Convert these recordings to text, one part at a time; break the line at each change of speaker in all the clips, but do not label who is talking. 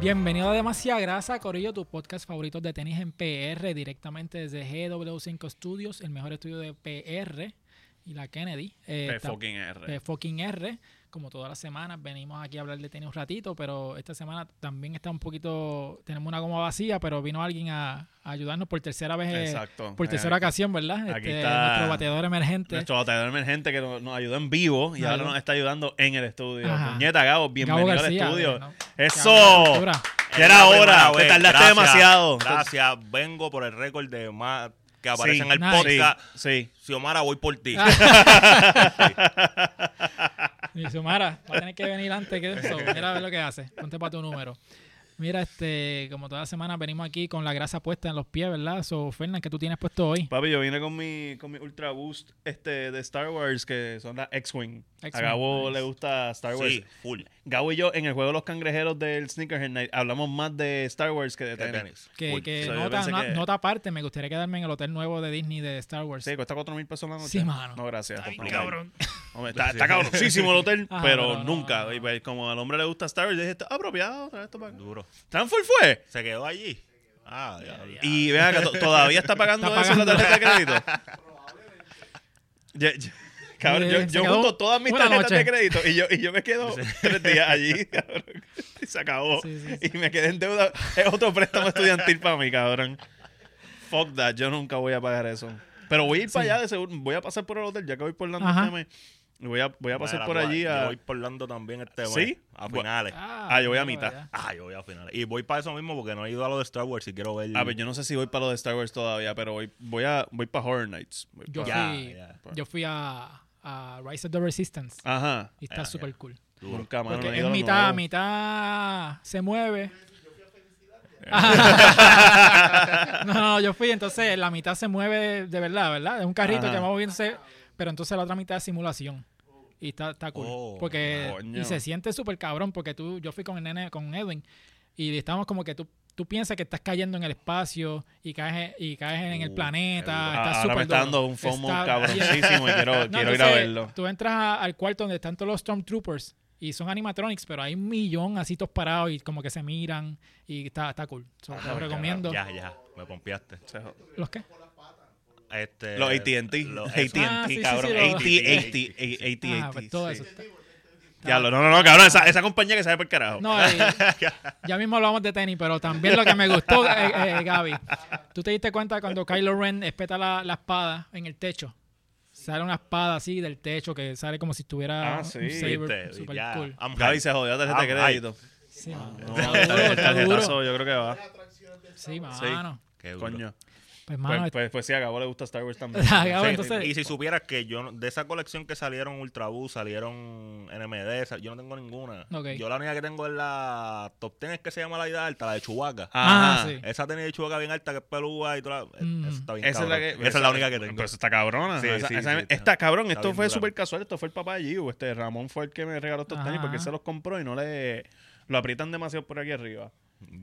Bienvenido a Demasiada Grasa, Corillo, tu podcast favorito de tenis en PR, directamente desde GW5 Studios, el mejor estudio de PR y la Kennedy. Eh,
P
está-
fucking R.
de fucking R. Como todas las semanas, venimos aquí a hablar de tenis un ratito, pero esta semana también está un poquito. Tenemos una goma vacía, pero vino alguien a, a ayudarnos por tercera vez. eh,
Exacto.
Por
Eh,
tercera ocasión, ¿verdad? Este,
aquí está
nuestro bateador emergente.
Nuestro bateador emergente que nos, nos ayudó en vivo y
Nos
ahora
ayudó.
nos está ayudando en el estudio.
Ajá.
Puñeta, Gabo, bienvenido
Gabo García,
al estudio.
eh, ¿no? Que habla
¡Eso!
de
Que era
Es la
hora,
primera
te
vez.
tardaste
eh, Gracias,
demasiado.
Gracias, vengo por el récord de más que aparece en el
Nice.
podcast.
Sí. Ah.
Xiomara, voy por ti.
Y Sumara, va a tener que venir antes que eso. Mira a ver lo que hace. Ponte para tu número. Mira, este, como todas las semanas venimos aquí con la grasa puesta en los pies, ¿verdad? So, Fernan, ¿qué tú tienes puesto hoy?
Papi, yo vine con mi, con mi Ultra Boost este, de Star Wars, que son las X-Wing. A
X-Wing,
Gabo
nice.
le gusta Star Wars.
Sí, full.
Gabo y yo, en el juego de los cangrejeros del Sneakerhead Night, hablamos más de Star Wars que de
De
tenis.
Este tenis.
Que,
Full.
que
So, yo
nota,
pensé
no-
que-
nota aparte, me gustaría quedarme en el hotel nuevo de Disney de Star Wars.
Sí, cuesta 4 mil pesos la noche.
Sí, mano.
No, gracias.
Ay,
por favor.
cabrón.
Hombre, está, está cabroncísimo el hotel,
Ajá,
pero
pero no,
nunca.
no, no.
Y pues, como al hombre le gusta Star Wars, dije, está apropiado traer esto para acá.
Duro.
¿Transfer fue?
¿Se quedó allí? Ah, diablo.
Y vea que todavía está pagando
Está
eso en la
pagando.
tarjeta de crédito. Ya- ya- cabrón, yo,
Eh, se
yo
quedó
junto todas mis
una
tarjetas
noche.
de crédito y yo, y yo me quedo tres días allí, cabrón. Y se acabó.
Sí, sí,
Y me quedé en deuda. Es otro préstamo estudiantil para mí, cabrón. Fuck that, yo nunca voy a pagar eso. Pero voy a ir para
Sí.
allá de seguro. Voy a pasar por el hotel, ya que voy por la
Ajá.
noche. Y voy a, voy a pasar
Mira,
por
guay,
allí
Yo
a...
voy por Lando también este mes.
¿Sí?
A
Gua-
finales.
Ah, yo voy a
mira,
mitad.
¿verdad?
Ah, yo voy a finales. Y voy para eso mismo porque no he ido a lo de Star Wars y quiero ver.
A ver, yo no sé si voy para lo de Star Wars todavía, pero voy, voy a voy para Horror Nights. Voy
Yo,
pa-
Ya,
fui,
ya.
pues.
yo fui a, a Rise of the Resistance
Ajá.
y está
Ah,
súper cool.
Duro.
Nunca, mano,
Porque
no he
es
ido a lo
mitad,
nuevo.
mitad se mueve. no, no, yo fui, entonces la mitad se mueve de verdad, ¿verdad? Es un carrito
Ajá.
que va moviéndose, pero entonces la otra mitad es simulación. Y está, está cool.
Oh,
porque,
coño.
y se siente súper cabrón, porque tú, yo fui con el nene, con Edwin, y estábamos como que tú, tú piensas que estás cayendo en el espacio y caes, y caes en el
Uh,
planeta.
Ah,
Está
Ahora
súper
me está dando
duro.
un FOMO
Está
cabroncísimo y quiero,
no,
quiero ir a
entonces,
verlo.
Tú entras a- al cuarto donde están todos los Stormtroopers y son animatronics, pero hay un millón así todos parados y como que se miran y está, está cool. So,
Ah,
te lo recomiendo.
Ya, ya. Me pompeaste.
¿Los qué? pues
Este,
Los AT&T.
lo-
AT&T,
Ah, sí, sí,
cabrón.
sí, los-
AT&T. AT&T.
Ah, pues todo
sí.
eso. está-
Diablo, no, no, no, cabrón. Esa, esa compañía que sabe por carajo.
No, eh, ya mismo hablamos de tenis, pero también lo que me gustó, eh, eh, Gaby. ¿Tú te diste cuenta cuando Kylo Ren espeta la, la espada en el techo? Sale una espada así del techo que sale como si estuviera
Ah,
un
sí,
saber
Viste,
super
ya.
cool.
I'm
Gaby
hype.
se jodió la tarjeta de
Ah, ay.
crédito.
Sí, mano.
No,
Está
El
duro,
tarje- el
está duro.
tarjetazo yo creo que va.
Sí,
Sí.
mano.
Qué duro.
Coño.
Pues, mano,
Pues, pues, pues sí, a Gabo le gusta Star Wars también.
A Gabo,
Sí,
Ah, entonces-
sí.
Y si supieras que yo, no- de esa colección que salieron Ultrabus, salieron NMD, esa- yo no tengo ninguna.
Ok.
Yo la única que tengo es la top 10, es que se llama la idea alta, la de Chewbacca.
Ah,
Ajá.
sí.
Esa tenía de Chewbacca bien alta, que es pelúa y toda la-
Mm.
eso está bien
Esa es, la
cabrón.
que,
Esa es la única que tengo.
Pero eso está cabrona.
Sí,
Esa-
sí,
esa-
sí,
está
está-
cabrón.
está
Esto
bien
fue
dura.
súper casual. Esto fue el papá de Giu. Este Ramón fue el que me regaló estos tenis
Ajá.
porque él se los compró y no le. Lo aprietan demasiado por aquí arriba.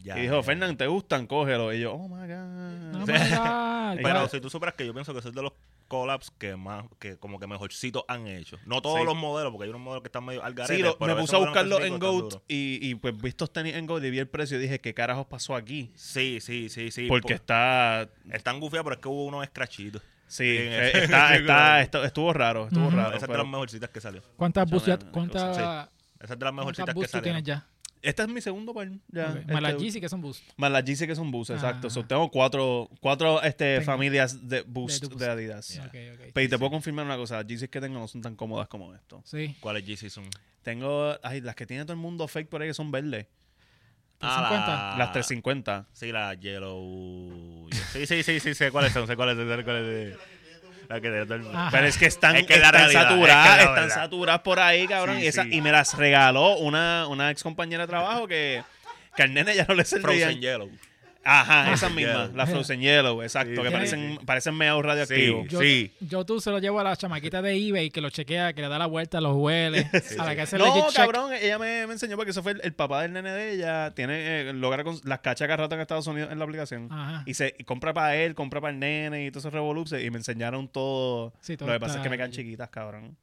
Ya,
y dijo,
ya.
Fernán, ¿te gustan? Cógelo. Y yo, oh my God.
Oh
O
my
sea,
God.
Pero-
Pero
Claro.
si tú supieras que yo pienso que eso es de los collabs que más, que como que mejorcitos han hecho. No todos
Sí.
los modelos, porque hay unos modelos que están medio al garete.
sí, lo-
pero
me
esos
puse a
modelos
buscarlo en
específicos están
Goat
duros.
y, y, pues vi estos tenis en Goat y vi el precio y dije, ¿qué carajos pasó aquí?
Sí, sí, sí, sí.
Porque
po-
está.
están gufiados, pero es que hubo unos escrachitos.
Sí,
en
eh,
ese-
está,
en
está,
Goat.
esto- estuvo raro. Estuvo
Ujú.
raro.
Esa es de
pero-
las mejorcitas que salió.
¿Cuántas
Chame,
bucias-
una
cuántas-
cosa, Esa es de las mejorcitas
¿Cuántas
que
boosts tú tienes
salieron.
ya?
este es mi segundo par. ya.
Ok.
Este-
Más las Yeezy que son boost.
Más las GC que son Boost, exacto.
Ajá.
So, tengo cuatro, cuatro este,
Tengo.
familias de Boost
De
de,
Boost.
Adidas.
Yeah.
Ok, ok.
Pero y te puedo confirmar una cosa, las GCs que tengo no son tan cómodas como esto.
Sí.
¿Cuáles GC son?
Tengo, ay, las que tiene todo el mundo fake por ahí que son verdes.
Ah,
Las 350.
Sí, la Yellow. Sí, sí, sí, sí, sé cuáles son, sé cuáles son, sé cuáles son. La que te todo el mundo.
Ajá.
Pero es que están,
Es que la
están
realidad,
saturadas,
es que la
están
verdad.
saturadas por ahí, cabrón.
Sí,
y, esa-
sí.
y me las regaló una, una ex compañera de trabajo que, que al nene ya no le servían.
Frozen Yellow.
Ajá, esas
Frozen
mismas,
Yellow.
las Frozen Yellow, exacto,
Sí,
que
sí.
parecen, parecen meados radioactivos.
Yo,
Sí.
yo tú se lo llevo a la chamaquita de eBay que lo chequea, que le da la vuelta, los huele, a la que hace
No,
legit check.
cabrón, ella me, me enseñó porque eso fue el, el papá del nene de ella. Tiene, eh, logra con, las cachas que rata en Estados Unidos en la aplicación.
Ajá.
Y se y compra para él, compra para el nene y todo esos revoluciones. Y me enseñaron todo.
Sí, todo
Lo que
está
pasa es que me quedan
allí.
chiquitas, cabrón.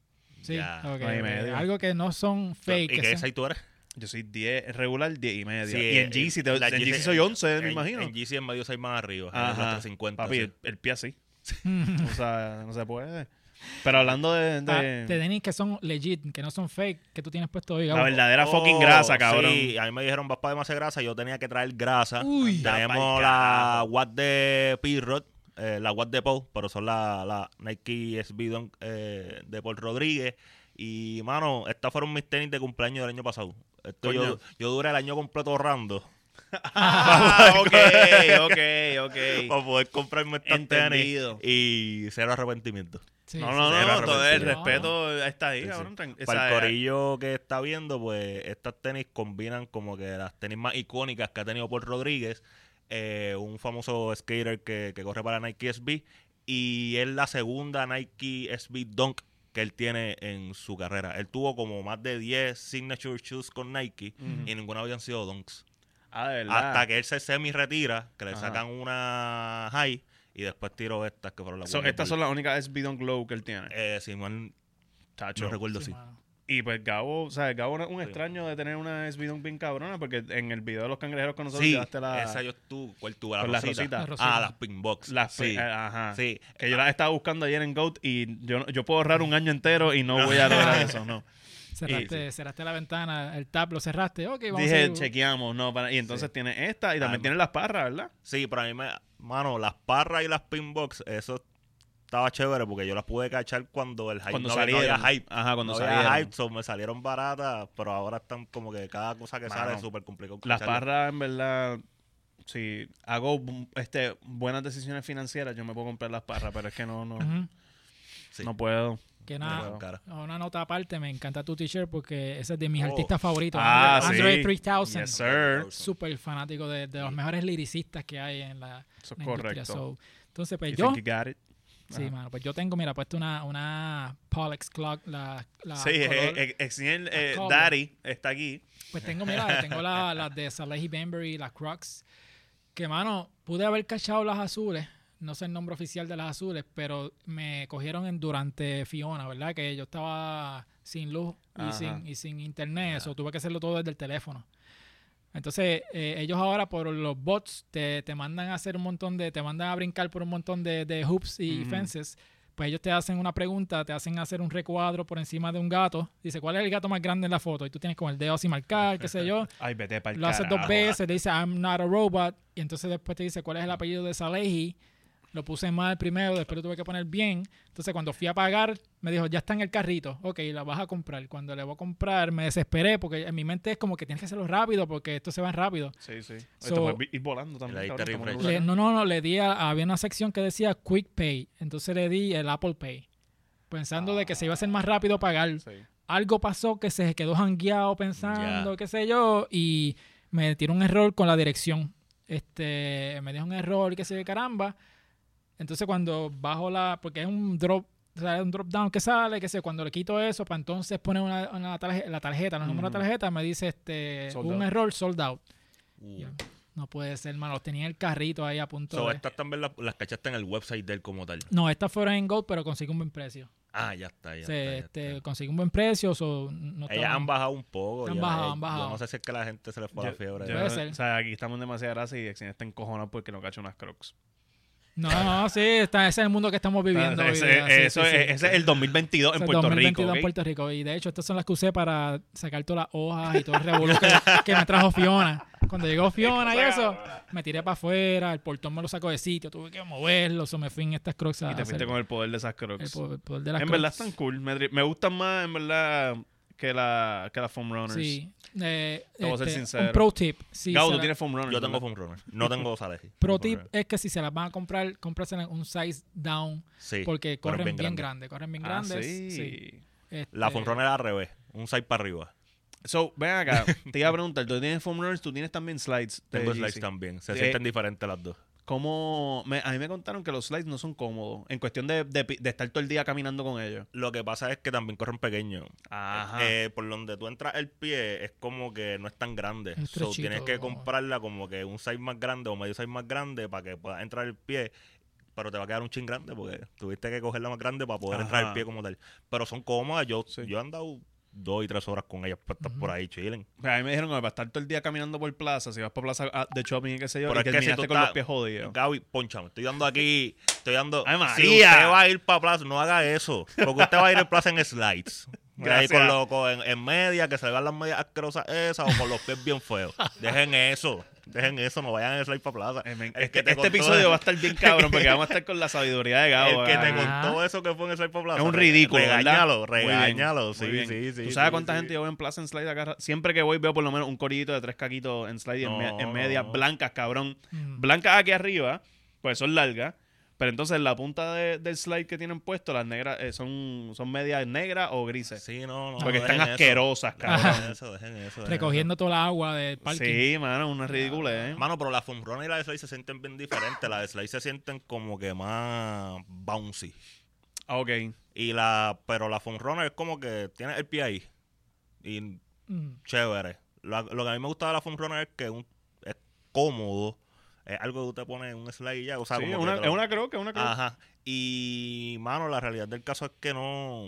Sí,
Ya,
ok,
no hay
ok.
medio.
Algo que no son fake.
¿Y
que
qué
son-
size tú eres?
Yo soy 10, regular 10 y media.
Sí,
y en
eh,
GC, te-
la
en
GC
GC soy 11, me
en-
imagino.
En GC es medio 6 más arriba.
Ajá.
Ajá. 50.
Papi, el, el pie así. o sea, no se puede. Pero hablando de, de-
Ah, de tenis que son legit, que no son fake, que tú tienes puesto hoy.
la
Gabo.
verdadera fucking grasa, cabrón.
Oh, Sí, a mí me dijeron, vas para demasiada grasa. Yo tenía que traer grasa.
Uy.
Tenemos la Watt de Pirrot, eh, la Watt de Paul, pero son la, la Nike SB Dunk eh, de Paul Rodríguez. Y, mano, estas fueron mis tenis de cumpleaños del año pasado. Esto
Coño.
yo, yo duré el año completo ahorrando
Ah, ok, ok, ok.
para poder comprarme estas
Entendido.
tenis. Y cero arrepentimiento.
Sí,
No,
sí,
no,
sí.
no, todo el
No, no.
respeto está ahí,
Sí, sí.
cabrón. tran-
Para el
esa-
corillo que está viendo, pues estas tenis combinan como que las tenis más icónicas que ha tenido Paul Rodríguez, eh, un famoso skater que, que corre para Nike SB, y es la segunda Nike SB Dunk que él tiene en su carrera. Él tuvo como más de 10 signature shoes con Nike
Ujú.
y ninguna habían sido dunks.
Ah, de verdad.
Hasta que él se semi-retira, que le
Ajá.
sacan una high y después tiró estas que fueron las
So, estas son las únicas SB Dunk Low que él tiene.
Eh, si mal no
Tacho.
recuerdo, sí.
mano.
Y pues Gabo, o sea, Gabo no es un
Sí.
extraño de tener una SB Dunk bien cabrona, porque en el video de los cangrejeros con nosotros
Sí,
llevaste la,
esa yo estuve, ¿cuál tuve? La
con la
rosita.
rosita.
La rosita.
Ah, las Pinbox.
Las
sí.
pe- eh, ajá.
sí.
Que yo las estaba buscando ayer en Goat y yo, yo puedo ahorrar un año entero y no voy a lograr eso, no.
Cerraste, cerraste la ventana, el tap lo cerraste. Ok, vamos a
Dije,
seguir.
chequeamos, no, para, y entonces tiene esta y también
Ah,
tiene las parras, ¿verdad?
Sí, pero a mí me... Mano, las parras y las Pinbox, eso estaba chévere porque yo las pude cachar cuando el hype
Cuando
no, había- no
salieron.
había hype.
Ajá, cuando
No había
salieron.
hype, so me salieron baratas, pero ahora están como que cada cosa que
Mano,
sale es súper complicado.
Las
cacharlas.
parras, en verdad, si hago bu- este, buenas decisiones financieras, yo me puedo comprar las parras, pero es que no, no,
Ujú.
Sí.
no puedo.
Que
Me
nada,
fueron caras.
una nota aparte, me encanta tu t-shirt porque ese es de mis
Oh.
artistas favoritos.
Ah,
Andre-
sí.
Andre 3000.
Yes, sir.
Súper fanático de, de los mejores liricistas que hay en la,
Eso
la
es
industria.
correcto.
So, entonces, pues
You
yo.
think you got it?
Sí,
Ajá.
mano, pues yo tengo, mira, puesto una, una Pollex Clock, la, la
Sí,
Ah, color- Ah,
eh, eh, eh, si el, eh,
color.
Daddy está aquí.
Pues tengo, mira, tengo la- las de Salehi Bembury, las Crocs. Que, mano, pude haber cachado las azules. No sé el nombre oficial de las azules, pero me cogieron en, durante Fiona, ¿verdad? Que yo estaba sin luz y,
Ajá.
sin, y sin internet. Eso tuve que hacerlo todo desde el teléfono. Entonces, eh, ellos ahora por los bots te, te mandan a hacer un montón de, te mandan a brincar por un montón de, de hoops y
Ujú.
fences. Pues ellos te hacen una pregunta, te hacen hacer un recuadro por encima de un gato. Dice, ¿cuál es el gato más grande en la foto? Y tú tienes con el dedo así marcar, qué sé yo.
Ay, vete para el
Lo haces dos
carajo.
veces, te dice, I'm not a robot. Y entonces después te dice, ¿cuál es el apellido de Salehi? Lo puse mal primero, después lo tuve que poner bien. Entonces cuando fui a pagar, me dijo, ya está en el carrito. Ok, la vas a comprar. Cuando le voy a comprar, me desesperé porque en mi mente es como que tienes que hacerlo rápido porque esto se va rápido.
Sí, sí.
So-
Esto puede ir volando también.
Le diste
cabrón, como
refresh.
un
Le-
huracán.
no, no, no, le di a, había una sección que decía Quick Pay. Entonces le di el Apple Pay. Pensando de que se iba a hacer más rápido pagar
Sí.
algo pasó que se quedó jangueado pensando, qué sé yo, y me tiró un error con la dirección. Este, me dio un error, qué sé yo, caramba. Entonces cuando bajo la, porque es un drop, o sea, es un drop down que sale, qué sé yo, cuando le quito eso, para entonces poner una, una tarje- la tarjeta, los números de la
Ujú.
tarjeta, me dice este,
Sold
hubo un
out.
error, sold out.
Uh.
Ya. No puede ser, mano, los tenía en el carrito ahí a punto
So,
de-
estas también las, las cachaste en el website de él como tal.
No, estas fueron en Gold, pero conseguí un buen precio.
Ah, ya está, ya
Sí,
está, ya
este,
está.
conseguí un buen precio, so, no
Ellas
estaba-
han bajado un poco.
Han
ya,
bajado,
eh,
han
Yo
bajado.
no sé si es que la gente se le fue la
Yo-
fiebre.
yo-
Puede ser.
O sea, aquí estamos en demasiada grasa y Dexine está encojonado porque no cacha unas crocs.
No, no, sí, está, ese es el mundo que estamos viviendo. hoy
Ese-
día, sí,
eso
sí, sí.
es- ese es el 2022
Ese
en
es
Puerto
2022 en
Rico. ¿ok?
Puerto Rico. Y de hecho, estas son las que usé para sacar todas las hojas y todo el revolú que, que me trajo Fiona. Cuando llegó Fiona y eso, me tiré para afuera, el portón me lo sacó de sitio, tuve que moverlo, eso me fui en estas crocs a
Y te fuiste
hacer
con el poder de esas
Ah, el
crocs.
po- el poder de las
En
crocs.
verdad están cool. Me, dri- me gustan más, en verdad, que la, que las foam runners.
Sí. Eh,
Te voy a ser
este, un
sincero.
pro tip. Si
Gabo,
se
tú
la-
tienes foam runners.
Yo tengo
¿verdad?
foam runner. No tengo sales.
Pro tip es que si se las van a comprar, cómprasela en un size down
Sí.
porque
pero
corren
es
bien,
bien
grandes.
grande.
corren bien
Ah,
grandes.
sí.
sí. Este,
La foam runner al revés. Un side para arriba.
So, ven acá. te iba a preguntar, tú tienes foam runners, tú tienes también slides. de
Tengo
Yeezy.
slides también. Se
Eh,
sienten diferentes las dos.
¿Cómo? me- a mí me contaron que los slides no son cómodos en cuestión de, de pi- de estar todo el día caminando con ellos.
Lo que pasa es que también corren pequeños. Eh, por donde tú entras el pie es como que no es tan grande.
Es
So,
estrechito,
tienes que
como-
comprarla como que un size más grande o medio size más grande para que pueda entrar el pie. Pero te va a quedar un chin grande porque tuviste que cogerla más grande para poder entrar el
Ajá.
pie como tal. Pero son cómodas. Yo,
Sí.
yo he andado dos y tres horas con ellas puestas por ahí, chillen.
Pero pues, a mí me dijeron, "Oye, va a estar todo el día caminando por plaza, si vas por plaza ah, de shopping y qué sé yo, y
Pero es que si
terminaste
tú
con
estás-
los pies jodidos.
Gaby, ponchame. Estoy dando aquí. Estoy dando.
¡Ay, María!
Si usted va a ir para plaza, no haga eso. Porque usted va a ir en plaza en slides. Ahí
Gracias.
con lo- con- en, en media, que se le vean las medias asquerosas esas o con los pies bien feos. Dejen eso. Dejen eso. No vayan en slides para plaza.
Eh, men,
El
es
que
que
te
este
contó-
episodio va a estar bien cabrón porque vamos a estar con la sabiduría de Gabo. ah,
El que te
¿verdad?
Ajá.
contó eso que fue en el Slides para plaza.
es un ridículo. ¿verdad?
Regáñalo,
Muy bien,
regáñalo.
muy
Sí,
bien.
sí, sí.
¿Tú sabes
sí,
cuánta
sí.
gente yo veo en Plaza en Slide acá? Siempre que voy veo por lo menos un corillito de tres caquitos en Slide y en, me-
No,
en medias
no.
blancas, cabrón.
Mm.
Blancas aquí arriba, pues son largas. Pero entonces la punta de- del slide que tienen puesto, las negras, eh, son, son medias negras o grises.
Sí, no, no.
porque
no,
están
dejen eso.
asquerosas, cabrón.
Dejen eso, dejen eso. dejen
Recogiendo toda la agua del parking.
Sí, mano, una ridícula, ¿eh?
Mano, pero la Fumrona y la de Slice se sienten bien diferentes. La de Slice se sienten como que más bouncy.
Ah, Ok.
Y la, pero la Fumrona es como que tiene el pie ahí. Y
Mm.
chévere. La- lo que a mí me gusta de la Fumrona es que un- es cómodo. Es algo que usted pone en un slide y ya. O sea,
Sí,
como que Ah.
una-
te lo-
es una croca, es una croca.
Ajá. Y, mano, la realidad del caso es que no.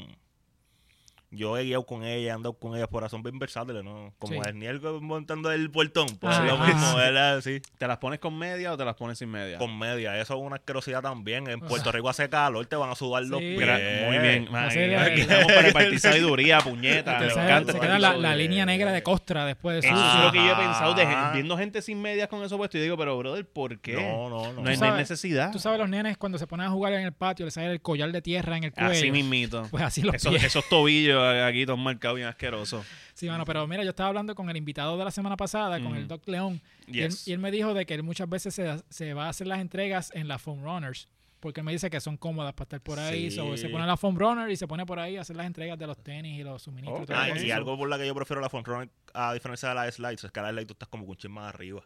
Yo he guiado con ella, he andado con ella por ahí, son bien versátiles, ¿no? Como
Sí.
el Niel montando el puertón, pues
Ah,
lo
ah,
mismo,
sí.
él es así.
¿Te las pones con media o te las pones sin media?
con media. Eso es una asquerosidad también. En
O
Puerto Rico hace calor, te van a sudar los
Sí.
pies.
Gra- Muy bien. man.
sé eh, de-
Aquí estamos para repartir sabiduría,
Te
puñeta. Me
sale-
encanta.
se
este
queda la,
episodio.
la línea negra de costra después de
Eso
sucio.
es lo que yo he pensado de
Ajá.
gen- viendo gente sin medias con eso puesto. Y digo, pero brother, ¿por qué?
No, no, no.
No hay,
Tú
no hay
sabes-
necesidad.
Tú sabes, los nenes cuando se ponen a jugar en el patio, les sale el collar de tierra en el cuello.
Así mismito.
Pues así los
Esos,
pies.
esos tobillos aquí todos marcados bien asquerosos.
Sí, mano, pero mira, yo estaba hablando con el invitado de la semana pasada, con
Mm.
el Doc León, y, él,
Yes.
y él me dijo de que él muchas veces se, se va a hacer las entregas en las foam runners, porque él me dice que son cómodas para estar por ahí,
Sí.
so, se pone la foam runner y se pone por ahí a hacer las entregas de los tenis y los
Oh,
suministros. y todo
Ah,
eso.
y algo por la que yo prefiero la Frontrunner a diferencia de la de Slides es que la de Slides tú estás como con un chin más arriba.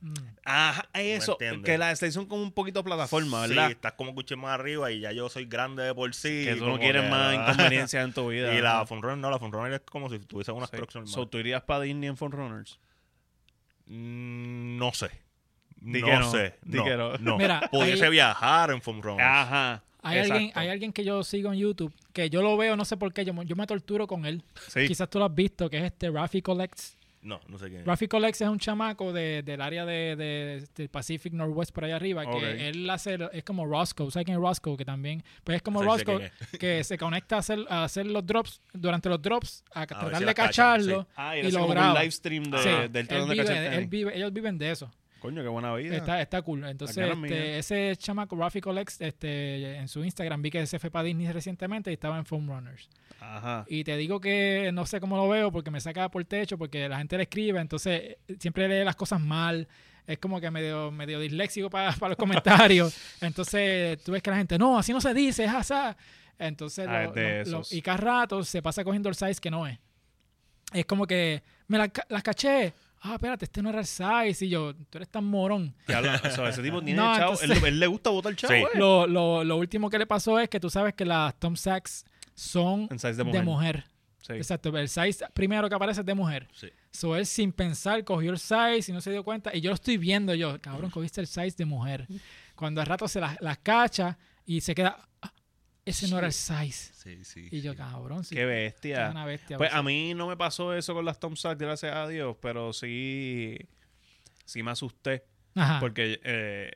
Mm.
Ajá, eso.
entiendes.
Que las Slides son como un poquito plataforma, ¿verdad?
Sí, estás como con un chin más arriba y ya yo soy grande de por sí.
que tú
como
no quieres
que- ah.
más inconveniencias en tu vida.
Y la Frontrunner no, la Frontrunner es como si tuviese unas
Sí.
crocs normales.
So, ¿Tú irías para Disney en Runners?
Mm, no sé.
Di
no,
que no,
sé.
di
no,
que no. Ah.
no.
Mira,
Pudiese
ahí-
viajar en Frontrunner.
Ajá.
Hay alguien,
exacto.
hay alguien que yo sigo en YouTube, que yo lo veo, no sé por qué, yo, me- yo me torturo con él.
Sí.
Quizás tú lo has visto, que es este Rafi Collects.
No, no sé quién es.
Rafi Colex es un chamaco de- del área de, de- del Pacific Northwest por allá arriba, que
Ok.
él hace, lo- es como Roscoe, ¿sabes quién es Roscoe? Que también, pues es como
Sí, sé
Roscoe,
quién
que se conecta a hacer, a hacer los drops, durante los drops, a, tratar
ver si
de
la cachan,
cacharlo
Ah,
y
y
lo
lo
graba.
un live stream de,
Sí,
del
él
tren de
vive-
Cachetén.
él vive- ellos viven de eso.
Coño, qué buena vida.
Está, está cool. Entonces,
Acá no es
este,
mía.
ese chamaco Rafi Colex, este, en su Instagram vi que se fue para Disney recientemente y estaba en Foam Runners.
Ajá.
Y te digo que no sé cómo lo veo porque me saca por el techo, porque la gente le escribe, entonces eh, siempre lee las cosas mal. Es como que medio, medio disléxico para los comentarios. Entonces tú ves que la gente, no, así no se dice, es asá. Entonces,
Ah,
lo-
es de
lo- lo-
esos.
y cada rato se pasa cogiendo el size que no es. Es como que, me la ca- las caché. Ah, espérate, este no era el size. Y yo, tú eres tan morón.
Diablo, o sea, ese tipo tiene
No,
chavo.
entonces-
Él, él le gusta votar chavo,
Sí.
eh.
Lo, lo, lo último que le pasó es que tú sabes que las Tom Sacks son
En size de
de
mujer.
mujer.
Sí.
Exacto, el size primero que aparece es de mujer.
Sí.
So él sin pensar cogió el size y no se dio cuenta. Y yo lo estoy viendo yo, cabrón, cogiste el size de mujer. Cuando al rato se las las cacha y se queda, "Ah, ese no era el size.
Sí, sí.
Y yo, cabrón, sí.
Qué
es
bestia.
una bestia.
Pues
pues.
a mí no me pasó eso con las Tom Sacks, gracias a Dios, pero sí, sí me asusté.
Ajá.
Porque eh,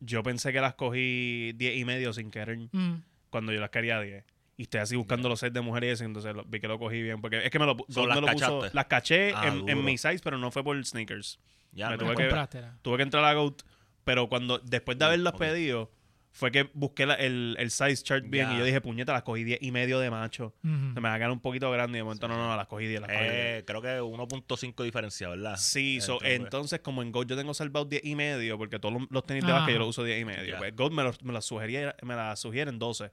yo pensé que las cogí 10 y medio sin querer
Mm.
cuando yo las quería 10. Y estoy así buscando los sets de mujeres y eso, entonces lo- vi que lo cogí bien. Porque es que me lo, pu-
So,
me
las
lo puso.
cachaste.
Las caché
Ah,
en, en
duro.
mi size, pero no fue por sneakers.
Ya,
Me
La
no, pues,
tuve que-
compraste, era.
Tuve que entrar a GOAT, pero cuando después de
Uh,
haberlas
ok.
pedido, fue que busqué la- el, el size chart bien
Ya. Mm.
y yo dije, puñeta, las cogí 10 y medio de macho.
Ujú.
Se me va a quedar un poquito grande y de momento, no, no, no, las cogí 10, las cogí 10.
Eh, creo que 1.5 diferencia, ¿verdad?
Sí, so,
Entonces, pues,
entonces como en Gold yo tengo salvado 10 y medio, porque todos los, los tenis de
Ajá.
básquet yo los uso 10 y medio.
Ya.
Pues, Gold me los me las sugería- me las sugieren 12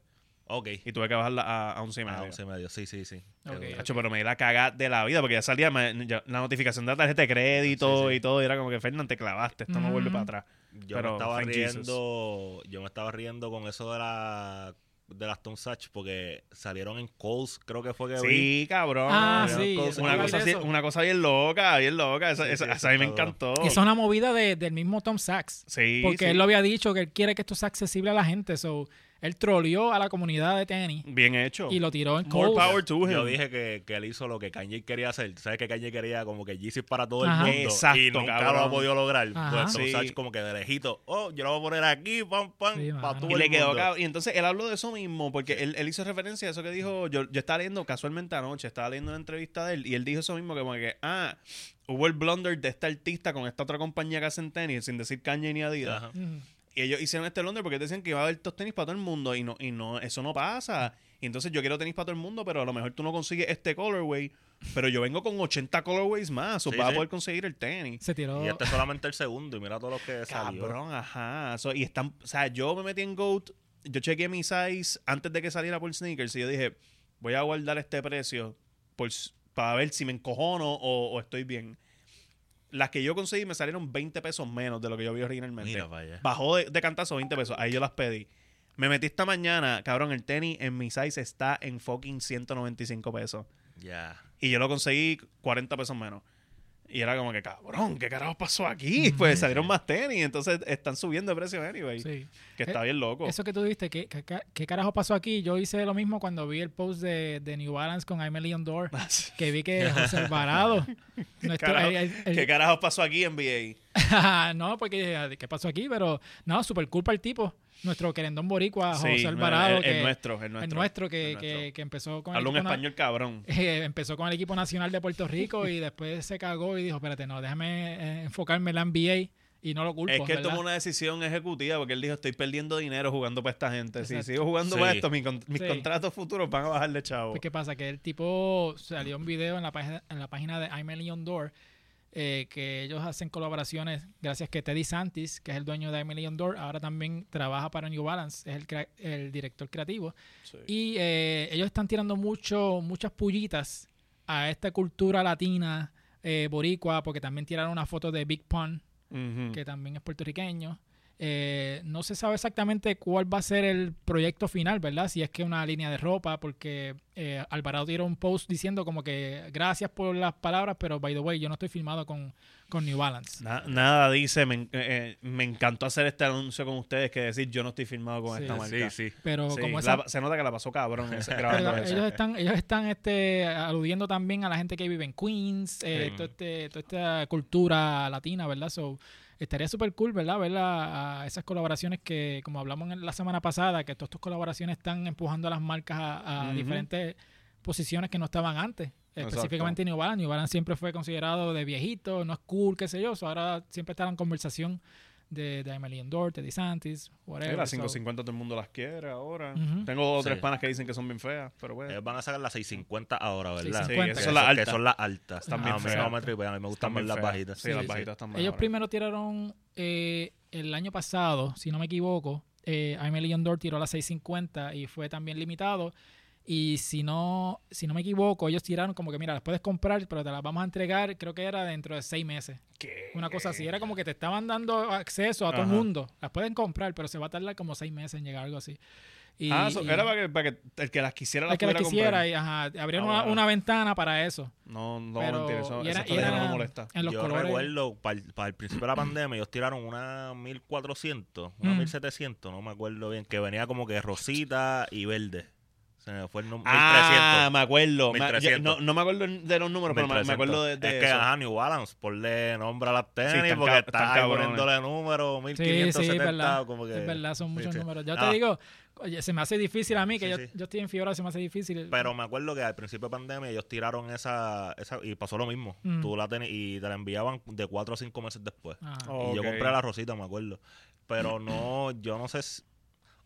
Ok.
y tuve que bajarla a, a 11 y medio.
Ah, 11 y medio. Sí, sí, sí.
Ok.
Qué duro.
Hacho, pero me di la cagada de la vida porque ya salía me- ya- la notificación de la tarjeta de crédito
Sí, sí.
y todo. Y era como que, Fernán, te clavaste, esto no vuelve
Mm.
para atrás.
Yo
Pero,
me estaba
thank Jesus.
riendo. Yo me estaba riendo con eso de la de las Tom Sachs porque salieron en Coles, creo que fue que vi.
Sí, cabrón.
Ah,
Yo
sí.
con-
eso
Una
iba a
cosa,
hablar de
así-
eso.
una cosa bien loca, bien loca. Esa,
Sí,
esa-
sí,
esa a mí me
está duro.
encantó.
Y eso es una movida de- del mismo Tom Sachs.
Sí,
Porque
sí.
él lo había dicho que él quiere que esto sea accesible a la gente. So, Él troleó a la comunidad de tenis
Bien hecho.
y lo tiró en
More
cold.
power to him.
Yo dije que, que él hizo lo que Kanye quería hacer. ¿Sabes que Kanye quería? Como que Yeezy para todo
Ajá.
el mundo.
Exacto,
y nunca
cabrón.
lo ha podido lograr.
Ajá.
Pues
Sí.
Sausage como que de lejito. Oh, yo lo voy a poner aquí, pam, pam,
Sí,
pa'
mano.
todo
y
el
le quedó
mundo.
cab- Y entonces él habló de eso mismo, porque él, él hizo referencia a eso que dijo. Yo, yo estaba leyendo casualmente anoche, estaba leyendo una entrevista de él, y él dijo eso mismo: que como que, ah, hubo el blunder de este artista con esta otra compañía que hacen tenis, sin decir Kanye ni Adidas.
Ajá.
Ujú.
Y ellos hicieron este blunder porque decían que iba a haber estos tenis para todo el mundo, y no y no eso no pasa. Y entonces yo quiero tenis para todo el mundo, pero a lo mejor tú no consigues este colorway, pero yo vengo con 80 colorways más, o
Sí,
vas
sí.
a poder conseguir el tenis.
Se tiró.
Y este es solamente el segundo. Y mira todo lo que salió.
Cabrón, ajá. So, y están, o sea, yo me metí en GOAT, yo chequeé mi size antes de que saliera por sneakers y yo dije, voy a guardar este precio por, s- para ver si me encojono o, o estoy bien. Las que yo conseguí me salieron 20 pesos menos de lo que yo vi originalmente.
Mira para allá.
Bajó de, de cantazo 20 pesos, ahí yo las pedí. Me metí esta mañana, cabrón, el tenis en mi size está en fucking 195 pesos.
Ya.
Y yo lo conseguí 40 pesos menos. Y era como que, cabrón, ¿qué carajo pasó aquí? Pues salieron más tenis, entonces están subiendo de precio anyway.
Sí.
Que está
Eh,
bien loco.
Eso que tú viste, ¿qué, qué, qué carajo pasó aquí? Yo hice lo mismo cuando vi el post de, de New Balance con I'm a Leon Door, que vi que José Alvarado. nuestro-
Carajo,
el- el- el-
¿Qué carajo pasó aquí en NBA?
no, porque dije, "Ah, ¿qué pasó aquí? Pero no, super culpa el tipo. Nuestro querendón boricua, Ah, José
no,
Alvarado.
el,
que,
el nuestro, el nuestro.
el nuestro, que,
el nuestro.
que- que empezó con el
Habla un
equipo na-
español cabrón.
eh, empezó con el equipo nacional de Puerto Rico y después se cagó y dijo, espérate, no, déjame eh, enfocarme en la NBA y no lo culpo.
Es que él
¿verdad?
tomó una decisión ejecutiva porque él dijo, estoy perdiendo dinero jugando para esta gente. Si
Exacto.
sigo jugando para
Sí.
esto, mis, con- mis
Sí.
contratos futuros van a bajarle, chavo.
Pues, ¿Qué pasa? Que el tipo salió un video en la, página- en la página de I'm a Million Door eh, que ellos hacen colaboraciones gracias que Teddy Santis, que es el dueño de I'm a Million Door, ahora también trabaja para New Balance, es el, crea- el director creativo.
Sí.
Y eh, ellos están tirando mucho, muchas pullitas a esta cultura latina, eh, boricua, porque también tiraron una foto de Big Pun,
Ujú.
que también es puertorriqueño. Eh, no se sabe exactamente cuál va a ser el proyecto final, ¿verdad? Si es que una línea de ropa, porque eh, Alvarado tiró un post diciendo como que gracias por las palabras, pero by the way, yo no estoy filmado con, con New Balance.
Na- nada dice, me, en- eh, eh, me encantó hacer este anuncio con ustedes que decir yo no estoy firmado con
Sí.
esta marca.
Sí, sí.
Pero
Sí,
como
la-
esa,
se nota que la pasó cabrón esa-
pero
grabando eso.
ellos están, ellos están este, aludiendo también a la gente que vive en Queens, eh,
Sí.
todo este- toda esta cultura latina, ¿verdad? So, estaría súper cool, ¿verdad? Ver a, a esas colaboraciones que, como hablamos en la semana pasada, que todas estas colaboraciones están empujando a las marcas a, a
Ujú.
diferentes posiciones que no estaban antes.
Exacto.
Específicamente New Balance. New Balance siempre fue considerado de viejito, no es cool, qué sé yo. So, ahora siempre está en conversación de, de Emily Endor, de DeSantis,
Sí,
whatever.
las
So,
550 todo el mundo las quiere ahora.
Ujú.
Tengo otras
Sí.
panas que dicen que son bien feas, pero bueno.
Ellos van a sacar las 650 ahora, ¿verdad?
650.
Que
Pues. Sí,
esas son las
que
altas.
son las altas.
Están
También
bien
a mí
feas.
no me tripean, a mí
Están
me gustan más
bien
las
feas.
bajitas.
Sí,
Sí,
las
sí.
bajitas están
Ellos
mejores.
primero tiraron eh, el año pasado, si no me equivoco, eh, I'm a Million Door tiró la 650 y fue también limitado. Y si no, si no me equivoco, ellos tiraron como que, mira, las puedes comprar, pero te las vamos a entregar, creo que era dentro de seis meses.
¿Qué?
Una cosa así. Era como que te estaban dando acceso a todo el
Ajá.
mundo. Las pueden comprar, pero se va a tardar como seis meses en llegar, algo así. Y,
ah, so-
y
era para que, para que el que las quisiera
el
las
que las
pudiera
quisiera,
comprar.
y, ajá, abrieron
Ah,
una,
bueno.
una ventana para eso.
No, no,
pero,
mentira, eso,
y
eso
era-
hasta
y
ahora no
era
me molesta.
en los
yo
colores.
recuerdo, para el, principio de la pandemia, ellos tiraron una 1400, una
Mm.
1700, no me acuerdo bien, que venía como que rosita y verde. Se me fue el nombre.
Ah, me acuerdo. Me-
1300.
yo- no, no me acuerdo de los números, pero me- me acuerdo de, de
es que,
eso.
ajá, New Balance, ponle nombre a las tenis,
están
porque
ca-
estás
están
ahí
cabrones.
poniéndole
Sí,
número,
sí, es
1570,
verdad.
como que...
Es verdad, son muchos
sí.
números. Yo
Ah.
te digo, oye, se me hace difícil a mí, que
Sí,
yo,
sí.
yo estoy en fiebre, se me hace difícil.
Pero me acuerdo que al principio de pandemia ellos tiraron esa, esa y pasó lo mismo.
Mm.
Tú la tenis y te la enviaban de cuatro a cinco meses después.
Ajá.
Oh.
Y yo
Ok.
compré la rosita, me acuerdo. Pero no, yo no sé. si-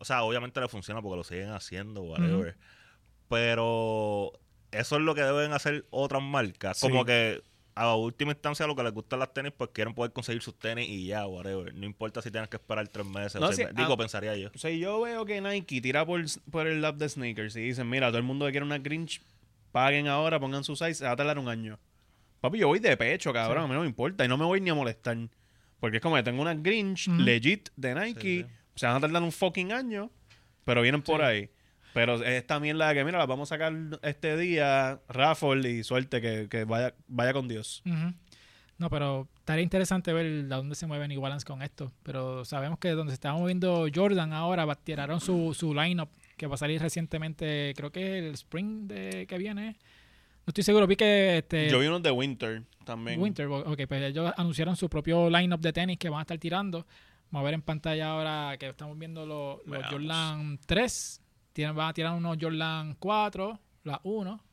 o sea, obviamente le funciona porque lo siguen haciendo, whatever. Pero eso es lo que deben hacer otras marcas.
Sí.
Como que a última instancia lo que les gustan las tenis, pues quieren poder conseguir sus tenis y ya, whatever. No importa si tienes que esperar tres meses. o
No,
seis
si-
meses. digo,
ah,
pensaría yo.
O sea, yo veo que Nike tira por, por el lab de sneakers y dicen, mira, todo el mundo que quiere una Grinch, paguen ahora, pongan su size, se va a tardar un año. Papi, yo voy de pecho, cabrón,
Sí.
a mí no me importa y no me voy ni a molestar. Porque es como que tengo una Grinch
Ujú.
legit de Nike,
Sí, sí.
se van a tardar un fucking año, pero vienen por
Sí.
ahí. Pero es también la que, mira, la vamos a sacar este día, raffle y suerte, que, que vaya, vaya con Dios.
Ujú. No, pero estaría interesante ver a dónde se mueven Igualans con esto. Pero sabemos que donde se estaba moviendo Jordan ahora, va- tiraron su, su lineup que va a salir recientemente, creo que el spring de, que viene. No estoy seguro, vi que este,
Yo vi unos de Winter también.
Winter, Bo- ok, pues ellos anunciaron su propio lineup de tenis que van a estar tirando. Vamos a ver en pantalla ahora que estamos viendo los, los
Veamos.
Jordan 3. Tienen, van a tirar unos Jordan 4, la 1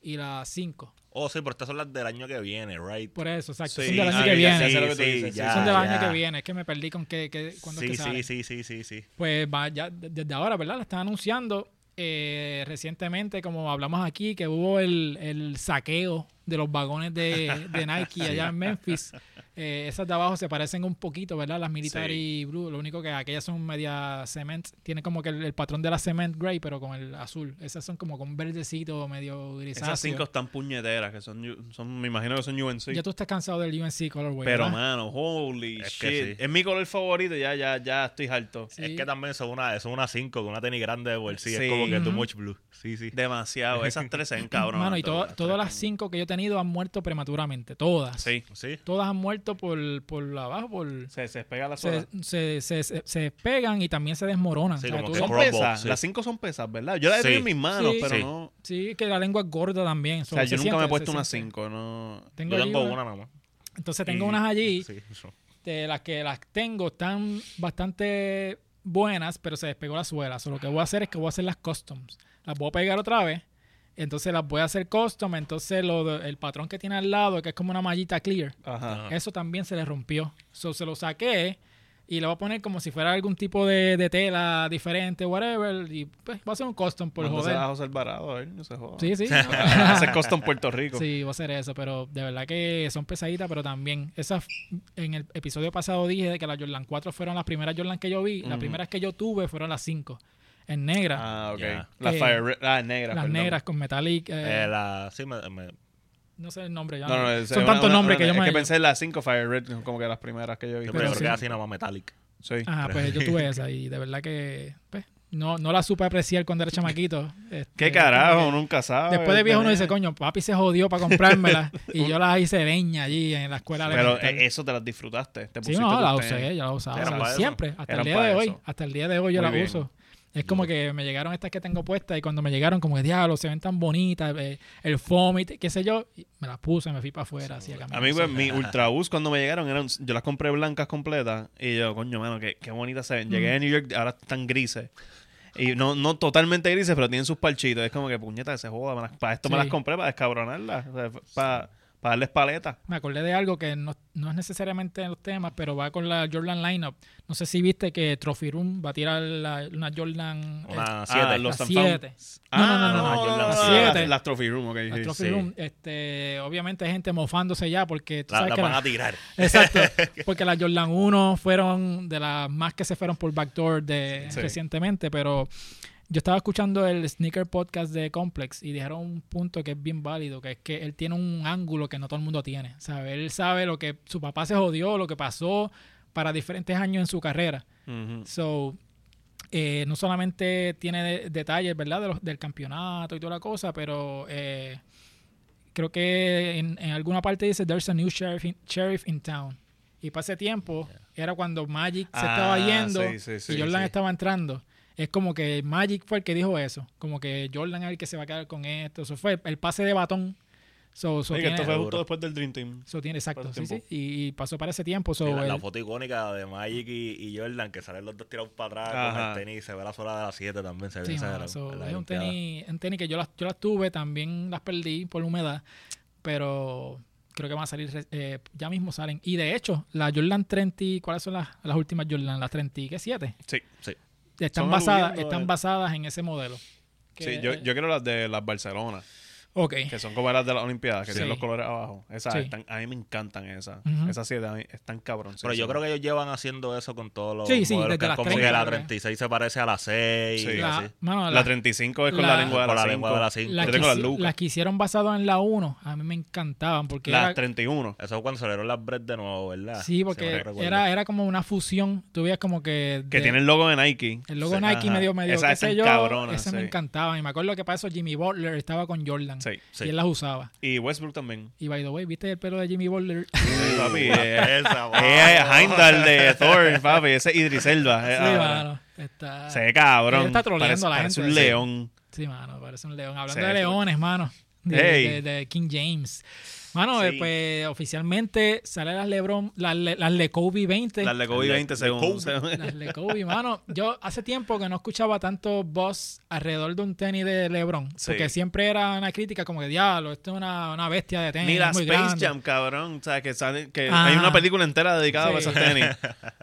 y la 5.
Oh, sí, pero estas son las del año que viene, right?
Por eso, exacto.
Sí,
son del año
ah,
que
ya,
viene.
ya sé lo que tú
Sí,
dices,
sí,
sí,
ya,
son del año
ya.
que viene. Es que me perdí con que, que, cuándo es
Sí,
que sale.
sí, sí, sí, sí, sí.
Pues va, ya, de- desde ahora, ¿verdad? La están anunciando eh, recientemente, como hablamos aquí, que hubo el, el saqueo de los vagones de, de Nike allá en Memphis. Eh, esas de abajo se parecen un poquito, ¿verdad? Las Military Blue. Lo único que aquellas son media cement. Tienen como que el, el patrón de la cement gray, pero con el azul. Esas son como con verdecito medio grisáceo.
Esas cinco están puñeteras, que son, U- son me imagino que son UNC.
Ya tú estás cansado del UNC Colorway,
Pero,
¿verdad?
mano, holy
Es que
shit.
sí.
Es mi color favorito, ya, ya, ya estoy harto.
Sí.
Es que también son una, son una 5 con una tenis grande de bolsillo.
Sí.
Es como que too
Ujú.
much blue. Sí, sí.
Demasiado. Esas tres se ven cabrón.
Mano, y to-
todas
todas las cinco que yo he tenido han muerto prematuramente. Todas.
Sí.
Sí.
Todas han muerto por, por abajo, por...
Se despega la sola.
se, se, se, se- se despegan y también se desmoronan. O
Sí,
sea,
como
tú-
que
Son
Crumble,
pesas.
sí.
Las cinco son pesas, ¿verdad? Yo las he
Sí.
tenido en mis manos,
Sí.
pero
Sí.
no.
sí, que la lengua es gorda también.
O sea,
so,
yo
se
nunca me he
siente,
puesto
se
una
siente.
cinco, no.
Tengo
Yo
allí
tengo
una-
una nomás.
Entonces tengo
Y-
unas allí,
Sí, eso.
de las que las tengo, están bastante buenas, pero se despegó la suela. So, lo que voy a hacer es que voy a hacer las customs. Las voy a pegar otra vez, entonces las voy a hacer custom, entonces lo de- el patrón que tiene al lado, que es como una mallita clear,
Ajá.
Ajá.
Eso también se le rompió. So, se lo saqué y lo voy a poner como si fuera algún tipo de, de tela diferente, whatever. Y pues, va a ser un custom por
Mándasela a
joder.
José Alvarado, a ver, no se joda.
Sí, sí.
Hace costo en Puerto Rico.
sí, va a ser eso. Pero de verdad que son pesaditas, pero también. Esas, en el episodio pasado dije de que las Jordan 4 fueron las primeras Jordan que yo vi. Las
Ujú.
primeras que yo tuve fueron las 5. En negra.
Ah, ok.
Ya.
Las
Eh,
Fire Red. Ah, negras.
las
perdón.
negras con metallic. eh,
Eh, la, sí, me, me-
no sé el nombre ya.
No, no, es
son
una-
tantos
una-
nombres
una-
que yo
es
me.
que pensé en las cinco Fire Red, como que las primeras que yo vi.
yo
Pero
creo
sí.
que era así nada más metallic.
Sí.
Ajá, pues yo tuve esa y de verdad que pues, no, no la supe apreciar cuando era chamaquito. Este,
¿Qué carajo?
como
Nunca
que
sabe.
Después de viejo uno
¿verdad?
dice, coño, papi se jodió para comprármela y yo la hice leña allí en la escuela
Pero
elemental.
eh, eso te las disfrutaste. Te
Sí,
pusiste
no,
tus
la
tenis.
usé, yo la usaba.
Eran
o sea,
para eso.
siempre, hasta el
Eran
día
para
de hoy.
eso.
Hasta el día de hoy yo
Muy
la
bien.
uso. Es como que me llegaron estas que tengo puestas y cuando me llegaron, como que diablo, se ven tan bonitas, eh, el foamy, qué sé yo, y me las puse, me fui para afuera. así, a caminar.
A mí, pues, mi Ultrabus cuando me llegaron, eran, yo las compré blancas completas y yo, coño, mano, qué, qué bonitas se ven.
Mm.
Llegué a New York, ahora están grises. Y no, no totalmente grises, pero tienen sus parchitos. Es como que puñeta, se joda. me las- Para esto me
Sí.
las compré, para descabronarlas, o sea, para, para darles paleta.
me acordé de algo que no, no es necesariamente en los temas, pero va con la Jordan lineup. No sé si viste que Trophy Room va a tirar la- una Jordan eh,
Una
Ah,
7.
los
la
San Fran-
7. No, no, no, no, Ah, no,
yo las
las-
siete.
Las Trophy Room, ok.
La
sí.
Trophy
sí.
Room, este, obviamente hay gente mofándose ya porque tú
la,
sabes
la
que
van
la-
a tirar.
exacto, porque las Jordan 1 fueron de las más que se fueron por backdoor de
Sí.
recientemente, pero yo estaba escuchando el sneaker podcast de Complex y dijeron un punto que es bien válido, que es que él tiene un ángulo que no todo el mundo tiene. ¿sabe? Él sabe lo que su papá se jodió, lo que pasó para diferentes años en su carrera.
Ujú.
So, eh, no solamente tiene de- detalles, ¿verdad? De los- del campeonato y toda la cosa, pero eh, creo que en, en alguna parte dice, there's a new sheriff in, sheriff in town. Y para ese tiempo era cuando Magic se
Ah,
estaba yendo
sí, sí, sí,
y Jordan
sí.
estaba entrando. Es como que Magic fue el que dijo eso. Como que Jordan es el que se va a quedar con esto. Eso fue el pase de batón. So, so
Oye, que
tiene,
esto fue justo
Seguro.
después del Dream Team.
so tiene- exacto.
ese
sí,
tiempo.
sí. Y, y pasó para ese tiempo. So,
Sí, la, la
el-
foto icónica de Magic y, y Jordan, que salen los dos tirados para atrás
Ajá.
con el tenis, se ve la sola de las 7 también, se ve
Sí,
esa
mano,
gran-
so,
la
es un
Olimpiada.
tenis, un tenis que yo las, yo las tuve, también las perdí por la humedad, pero creo que van a salir, re- eh, ya mismo salen. Y de hecho, las Jordan 30, ¿cuáles son las, las últimas Jordan? Las 30, ¿qué? 7.
Sí.
Están
Son
basadas,
aludiendo
están
a-
basadas en ese modelo. Que-
Sí, yo, yo quiero las de las Barcelona,
Ok.
que son como las de las Olimpiadas, que
Sí.
tienen los colores abajo. Esas
Sí.
están- a mí me encantan esas.
Ujú.
Esas siete a mí están cabroncitas.
Pero yo creo que ellos llevan haciendo eso con todos los
Sí, sí,
modelos
desde
que
las
como
30,
que la
creo que es.
36 se parece a la 6
Sí.
y
La-
así.
mano,
La,
la-
35 es con
la-
la, lengua de
Con
la,
la lengua de la
5.
5.
las
yo
que
tengo las
hici-
Lucas.
las que hicieron basadas en la 1, a mí me encantaban porque
Las
era-
31.
Eso es cuando salieron las Brett de nuevo, ¿verdad?
sí,
Si no
porque
recuerdo.
era, era como una fusión, tú veías como que...
Que
de-
tiene el logo de Nike.
El logo
Sí.
Nike
Ajá.
medio medio
Esas
qué sé
están
yo,
cabronas,
ese me
sí.
encantaba y me acuerdo que para eso Jimmy Butler estaba con Jordan eran.
Sí.
Sí.
Y él las usaba.
Y Westbrook también.
Y by the way, ¿viste el pelo de Jimmy Butler?
Sí, papi. eh,
Esa, wow.
eh, Heimdall de Thor, papi. Ese Idris Elba. eh,
sí,
ah,
mano. Está...
Se ve cabrón.
Él está troleando
Parece-
a la
parece
gente.
un
Sí.
león.
Sí, mano, parece un león. Hablando
Sí,
de
sí.
leones, mano. De,
Hey.
de- de King James. Mano, eh,
Sí.
pues oficialmente sale las LeBron, las, Le- las LeCobe 20.
Las de Kobe
Las
20
de
segundos.
Las LeCobe, mano. Yo hace tiempo que no escuchaba tanto buzz alrededor de un tenis de LeBron.
Sí.
Porque siempre era una crítica como que, diablo, esto es una, una bestia de tenis.
Mira
es muy
Space
grande".
Jam, cabrón. O sea, que, sale- que
Ajá.
hay una película entera dedicada
Sí.
a esos tenis.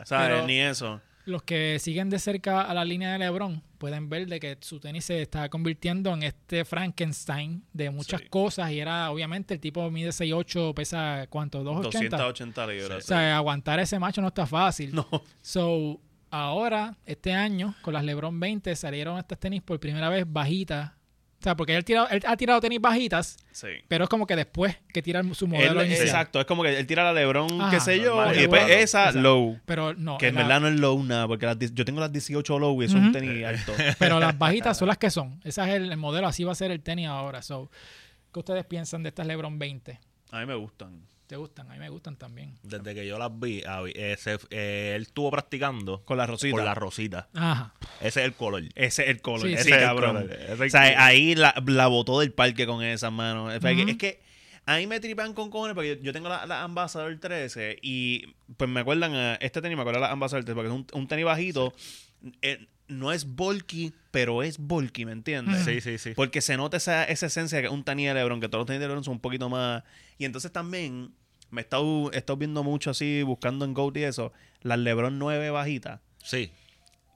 ¿Sabes?
Pero-
Ni eso.
Los que siguen de cerca a la línea de LeBron pueden ver de que su tenis se está convirtiendo en este Frankenstein de muchas
Sí.
cosas y era obviamente el tipo mide 6'8, pesa ¿cuánto? 280.
280
O
libras.
sea, aguantar ese macho no está fácil.
No.
So, ahora, este año, con las LeBron 20 salieron estas tenis por primera vez bajitas. O sea, porque él, tirado- él ha tirado tenis bajitas,
Sí.
pero es como que después que tira el- su modelo
Él-
inicial.
exacto, es como que él tira la Lebron,
Ajá.
qué sé yo,
Normal,
y después
igual.
esa
Exacto.
low.
Pero no,
Que en
la-
verdad no es low nada, porque las, 10 yo tengo las 18 low y eso es
Ujú.
un tenis alto.
pero las bajitas son las que son. Ese es el, el modelo, así va a ser el tenis ahora. So, ¿Qué ustedes piensan de estas LeBron 20?
A mí me gustan.
¿Te gustan? A mí me gustan también.
Desde que yo las vi, Avi, eh, se- eh, él estuvo practicando
Con la rosita.
con la rosita.
Ajá.
Ese es el color.
Ese es el color.
Sí,
ese
sí.
Ese es el
cabrón.
color, ese es el
O sea,
color.
ahí la, la botó del parque con esas manos. Es que-
Ujú.
Es que ahí me tripan con cojones porque yo, yo tengo la, la Ambassador 13 y pues me acuerdan, a, este tenis me acuerda la Ambassador 13 porque es un, un tenis bajito. Eh, no es bulky, pero es bulky, ¿me entiendes?
ah, Sí, sí, sí.
Porque se nota esa, esa esencia que es un tenis de LeBron, que todos los tenis de LeBron son un poquito más... Y entonces también me he estado, he estado viendo mucho así, buscando en GOAT y eso, las LeBron 9 bajitas.
Sí.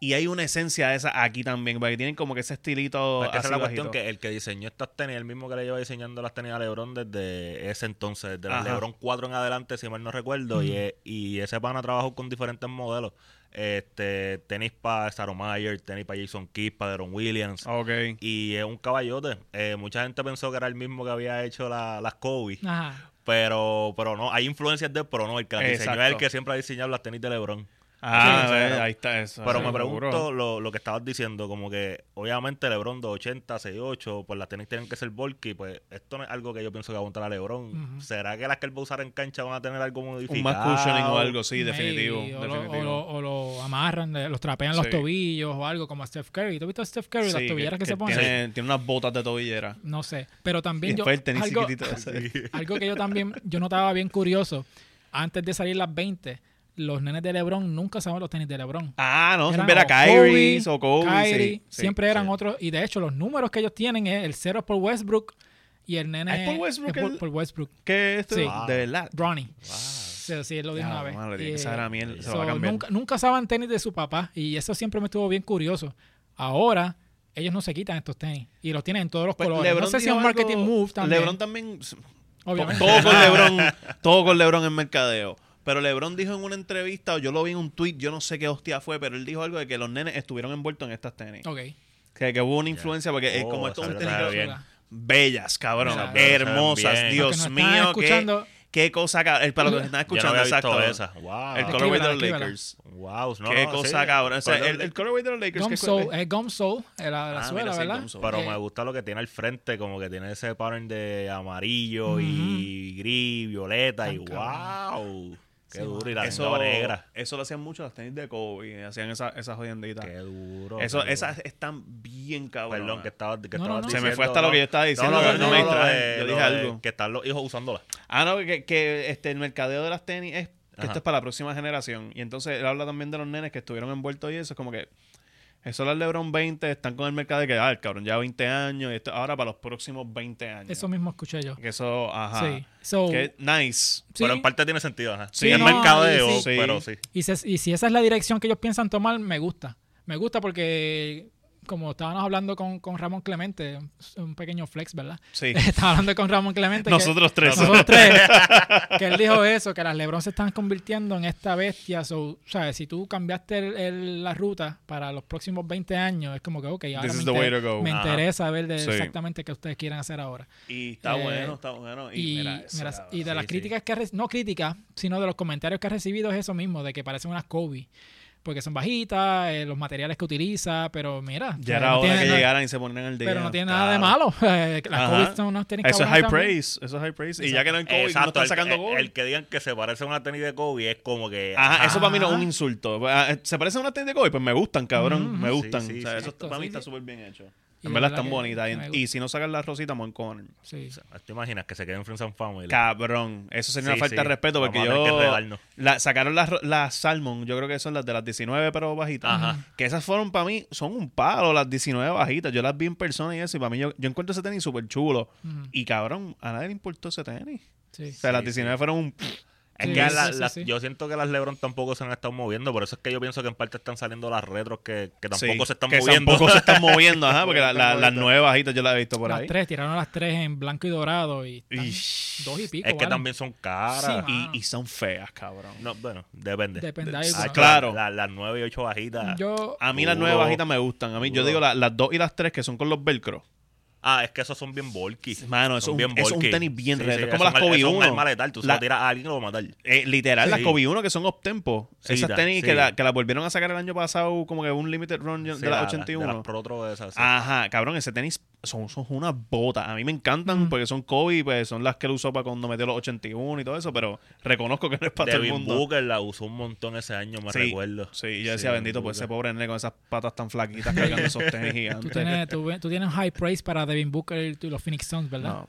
Y hay una esencia de esa aquí también, porque tienen como que ese estilito
Porque
así
esa es la
bajito.
cuestión que el que diseñó estas tenis, el mismo que le lleva diseñando las tenis a Lebron desde ese entonces, desde la
Ajá.
Lebron 4 en adelante, si mal no recuerdo, y,
Ujú.
eh, y ese pana trabajó con diferentes modelos. Este, tenis para Saromayer, tenis para Jason Kidd, para Deron Williams.
Oh. Ok.
Y es un caballote. Eh, mucha gente pensó que era el mismo que había hecho la- las Kobe.
Ah.
Ajá.
Pero, pero no, hay influencias de él, pero no, el que las diseñó
Exacto.
es el que siempre ha diseñado las tenis de Lebron.
Ah,
Sí,
a ver,
claro.
ahí está eso.
Pero
Sí,
me
seguro.
pregunto lo, lo que estabas diciendo, como que obviamente Lebron de 80, 68, pues las tenis tienen que ser bulky, pues esto no es algo que yo pienso que aguantará Lebron.
Ujú.
¿Será que las que él va a usar en cancha van a tener algo modificado?
Un más cushioning o algo, sí,
Maybe,
definitivo.
O, lo-
definitivo.
O, lo, o lo amarran, le- los trapean los
Sí.
tobillos o algo, como a Steph Curry. ¿Tú has visto a Steph Curry?
Sí,
las tobilleras que, se ponen.
Tiene, tiene unas botas de tobillera.
No sé. Pero
Y
también yo.
después el tenis
algo,
chiquitito. ese.
algo que yo también yo notaba bien curioso. Antes de salir las 20, los nenes de LeBron nunca usaban los tenis de LeBron.
Ah, no,
Eran
siempre era
o
Kyrie
Kobe,
o Kobe. sí,
Kyrie,
sí,
siempre eran
sí.
otros. Y de hecho, los números que ellos tienen es el 0 por Westbrook y el nene.
Ah, ¿es por Westbrook
es por,
el-
por Westbrook.
¿Qué esto? Ah.
Sí.
De verdad.
Ronnie. Sí, sí, él lo dijo
Ya,
una vez.
madre, tiene
Y,
que saber a mierda, se lo va a
so,
cambiar.
nunca, nunca usaban tenis de su papá. Y eso siempre me estuvo bien curioso. Ahora, ellos no se quitan estos tenis. Y los tienen en todos los
Pues,
colores. no sé si es
dijo
un marketing
algo-
move también.
LeBron también.
obviamente.
Todo con LeBron, todo con LeBron en mercadeo. Pero LeBron dijo en una entrevista, o yo lo vi en un tweet, yo no sé qué hostia fue, pero él dijo algo de que los nenes estuvieron envueltos en estas tenis.
Ok.
O sea, que hubo una influencia porque eh,
Oh,
como esto es un
esa
tenis
verdad,
que-
bien.
bellas, cabrón,
Esa verdad,
hermosas,
Los
bien.
que
Dios
nos están
mío, qué,
escuchando,
qué cosa, ca- el para los que están
Yo no
escuchando
había
exacto.
visto esa. Wow.
El
Escríbela,
colorway de los
escríbela.
Lakers.
Wow. no,
qué
no,
cosa,
sí.
cabrón. O sea,
Pero-
el, el colorway de los Lakers.
Gum
¿qué
Soul,
color es?
es Gum Soul, eh, la, la
Ah,
suela,
mira, sí,
¿verdad?
Gum Soul.
Pero
Eh,
me gusta lo que tiene al frente, como que tiene ese pattern de amarillo y gris, violeta y
Tan
wow. Qué
Sí,
duro.
mano.
Y la
eso,
lengua negra.
eso lo hacían mucho las tenis de Kobe, hacían esa- esas jodienditas.
Qué duro.
Eso,
qué duro.
esas están bien cabronas.
Ah, Perdón, que estaba, que
No,
estabas
no, no.
Se me
diciendo,
fue hasta lo que yo estaba diciendo,
pero no me
lo
distraje,
de-
yo
eh, lo
dije
de
algo.
Que están los hijos usándolas.
Ah, no, que, que, este, el mercadeo de las tenis es que
Ajá.
esto es para la próxima generación. Y entonces él habla también de los nenes que estuvieron envueltos y eso. Es como que eso las LeBron 20 están con el mercado de que, ah, el cabrón, ya 20 años. Y esto ahora para los próximos 20 años.
Eso mismo escuché yo.
Que eso, ajá.
Sí. Oh. So,
Que nice.
sí,
Pero en parte tiene sentido, ajá.
Sí,
Sí, es
no,
mercadeo,
sí, sí.
pero sí.
y, se- y si esa es la dirección que ellos piensan tomar, me gusta. Me gusta porque, como estábamos hablando con, con Ramón Clemente, un pequeño flex, ¿verdad?
Sí.
Estaba hablando con Ramón Clemente. que-
Nosotros tres.
nosotros tres. Que él dijo eso, que las Lebron se están convirtiendo en esta bestia. So, ¿sabes? Si tú cambiaste el- el- la ruta para los próximos 20 años, es como que, ok, ahora
This
me,
is the
inter-
way to go.
me
Ajá.
interesa ver de
Sí.
exactamente qué ustedes quieren hacer ahora.
Y está
Eh,
bueno, está bueno. Y,
Y,
mira, eso,
mira,
cabrón.
y de las
sí, sí.
críticas que ha re- no críticas, sino de los comentarios que ha recibido es eso mismo, de que parecen unas Kobe. porque son bajitas, eh, los materiales que utiliza, pero mira.
Ya
o sea,
era
no
hora
tiene
que
nada-
llegaran y se ponieran al día.
Pero no tiene nada de
Claro.
malo. Eh, Las
Ajá.
COVID son unos tenis
Eso es
cabrones
high
también.
praise. Eso es high praise. Y ya que no hay COVID, no
Exacto,
están
el-
sacando
el,
gol.
el que digan que se parece a una tenis de Kobe es como que.
Ajá, eso para mí no es
Ajá.
un insulto. Ah, eh, ¿Se parecen a una tenis de Kobe? Pues me gustan, cabrón.
Mm,
me
sí,
gustan.
sí,
O sea, Eso
sí.
Exacto,
para mí
sí,
está
sí.
súper bien hecho.
Y
En
de
verdad
verdad
están
que-
bonitas.
que
Y-
me gusta.
Y si no sacan las rositas, me con
Sí.
¿Te imaginas que se queden Friends and Family?
Cabrón. Eso sería
Sí,
una falta
sí.
de respeto porque
Vamos a tener que
yo.
enredarnos.
la- sacaron las, ro- las Salmon, yo creo que son las de las 19, pero bajitas.
Ajá.
Que esas fueron para mí, son un palo, las 19 bajitas. Yo las vi en persona y eso. Y para mí, yo, yo encuentro ese tenis súper chulo.
Ujú,
Y cabrón, a nadie le importó ese tenis.
sí.
O sea, las
Sí,
19 fueron un.
Es
Sí,
que
sí,
la-
sí,
las-
sí.
yo siento que las Lebron tampoco se han estado moviendo, por eso es que yo pienso que en parte están saliendo las retros que, que tampoco
Sí,
se están
que
moviendo.
Tampoco se están moviendo, ajá, porque la-
Están
la- las
moviendo.
nueve bajitas yo las he visto por
las
ahí.
tres, tiraron las tres en blanco y dorado y están
Ish.
dos y pico.
es que
¿vale?
también son caras.
Sí, man.
Y, y son feas, cabrón.
No, bueno, depende.
Depende,
Ah,
ahí, bueno.
claro.
la- Las 9 y 8 bajitas.
Yo,
A mí las nueve
Duro.
bajitas me gustan. A mí, yo
Duro.
digo la- las dos y las tres que son con los velcro.
Ah, es que esos son bien bulky.
Mano, eso es
Son
un-
bien
eso es un
bulky.
tenis bien
Sí,
retro,
sí,
es como
eso
las
es un-
Kobe
eso es un
1.
arma letal, tú se
La-
la tiras a alguien y lo va a matar.
Eh, literal, las
Sí.
Kobe 1 que son off tempo.
Sí,
Esas
da-
tenis
sí.
que, la- que las volvieron a sacar el año pasado como que un limited run
Sí,
de las
la- la-
81.
de las Pro Tro de esas. sí.
Ajá, cabrón, ese tenis son, son unas botas. A mí me encantan
Mm.
porque son Kobe, pues son las que él usó para cuando metió los 81 y todo eso, pero reconozco que no es para todo el
Devin
mundo.
Booker la usó un montón ese año, me
Sí,
recuerdo.
Sí, y yo decía,
Sí,
bendito, pues
Booker.
ese pobre nene con esas patas tan flaquitas cargando esos tenis
tú,
gigantes.
tienes, tú, ve- tú tienes high praise para Devin Booker y los Phoenix Suns, ¿verdad?
No.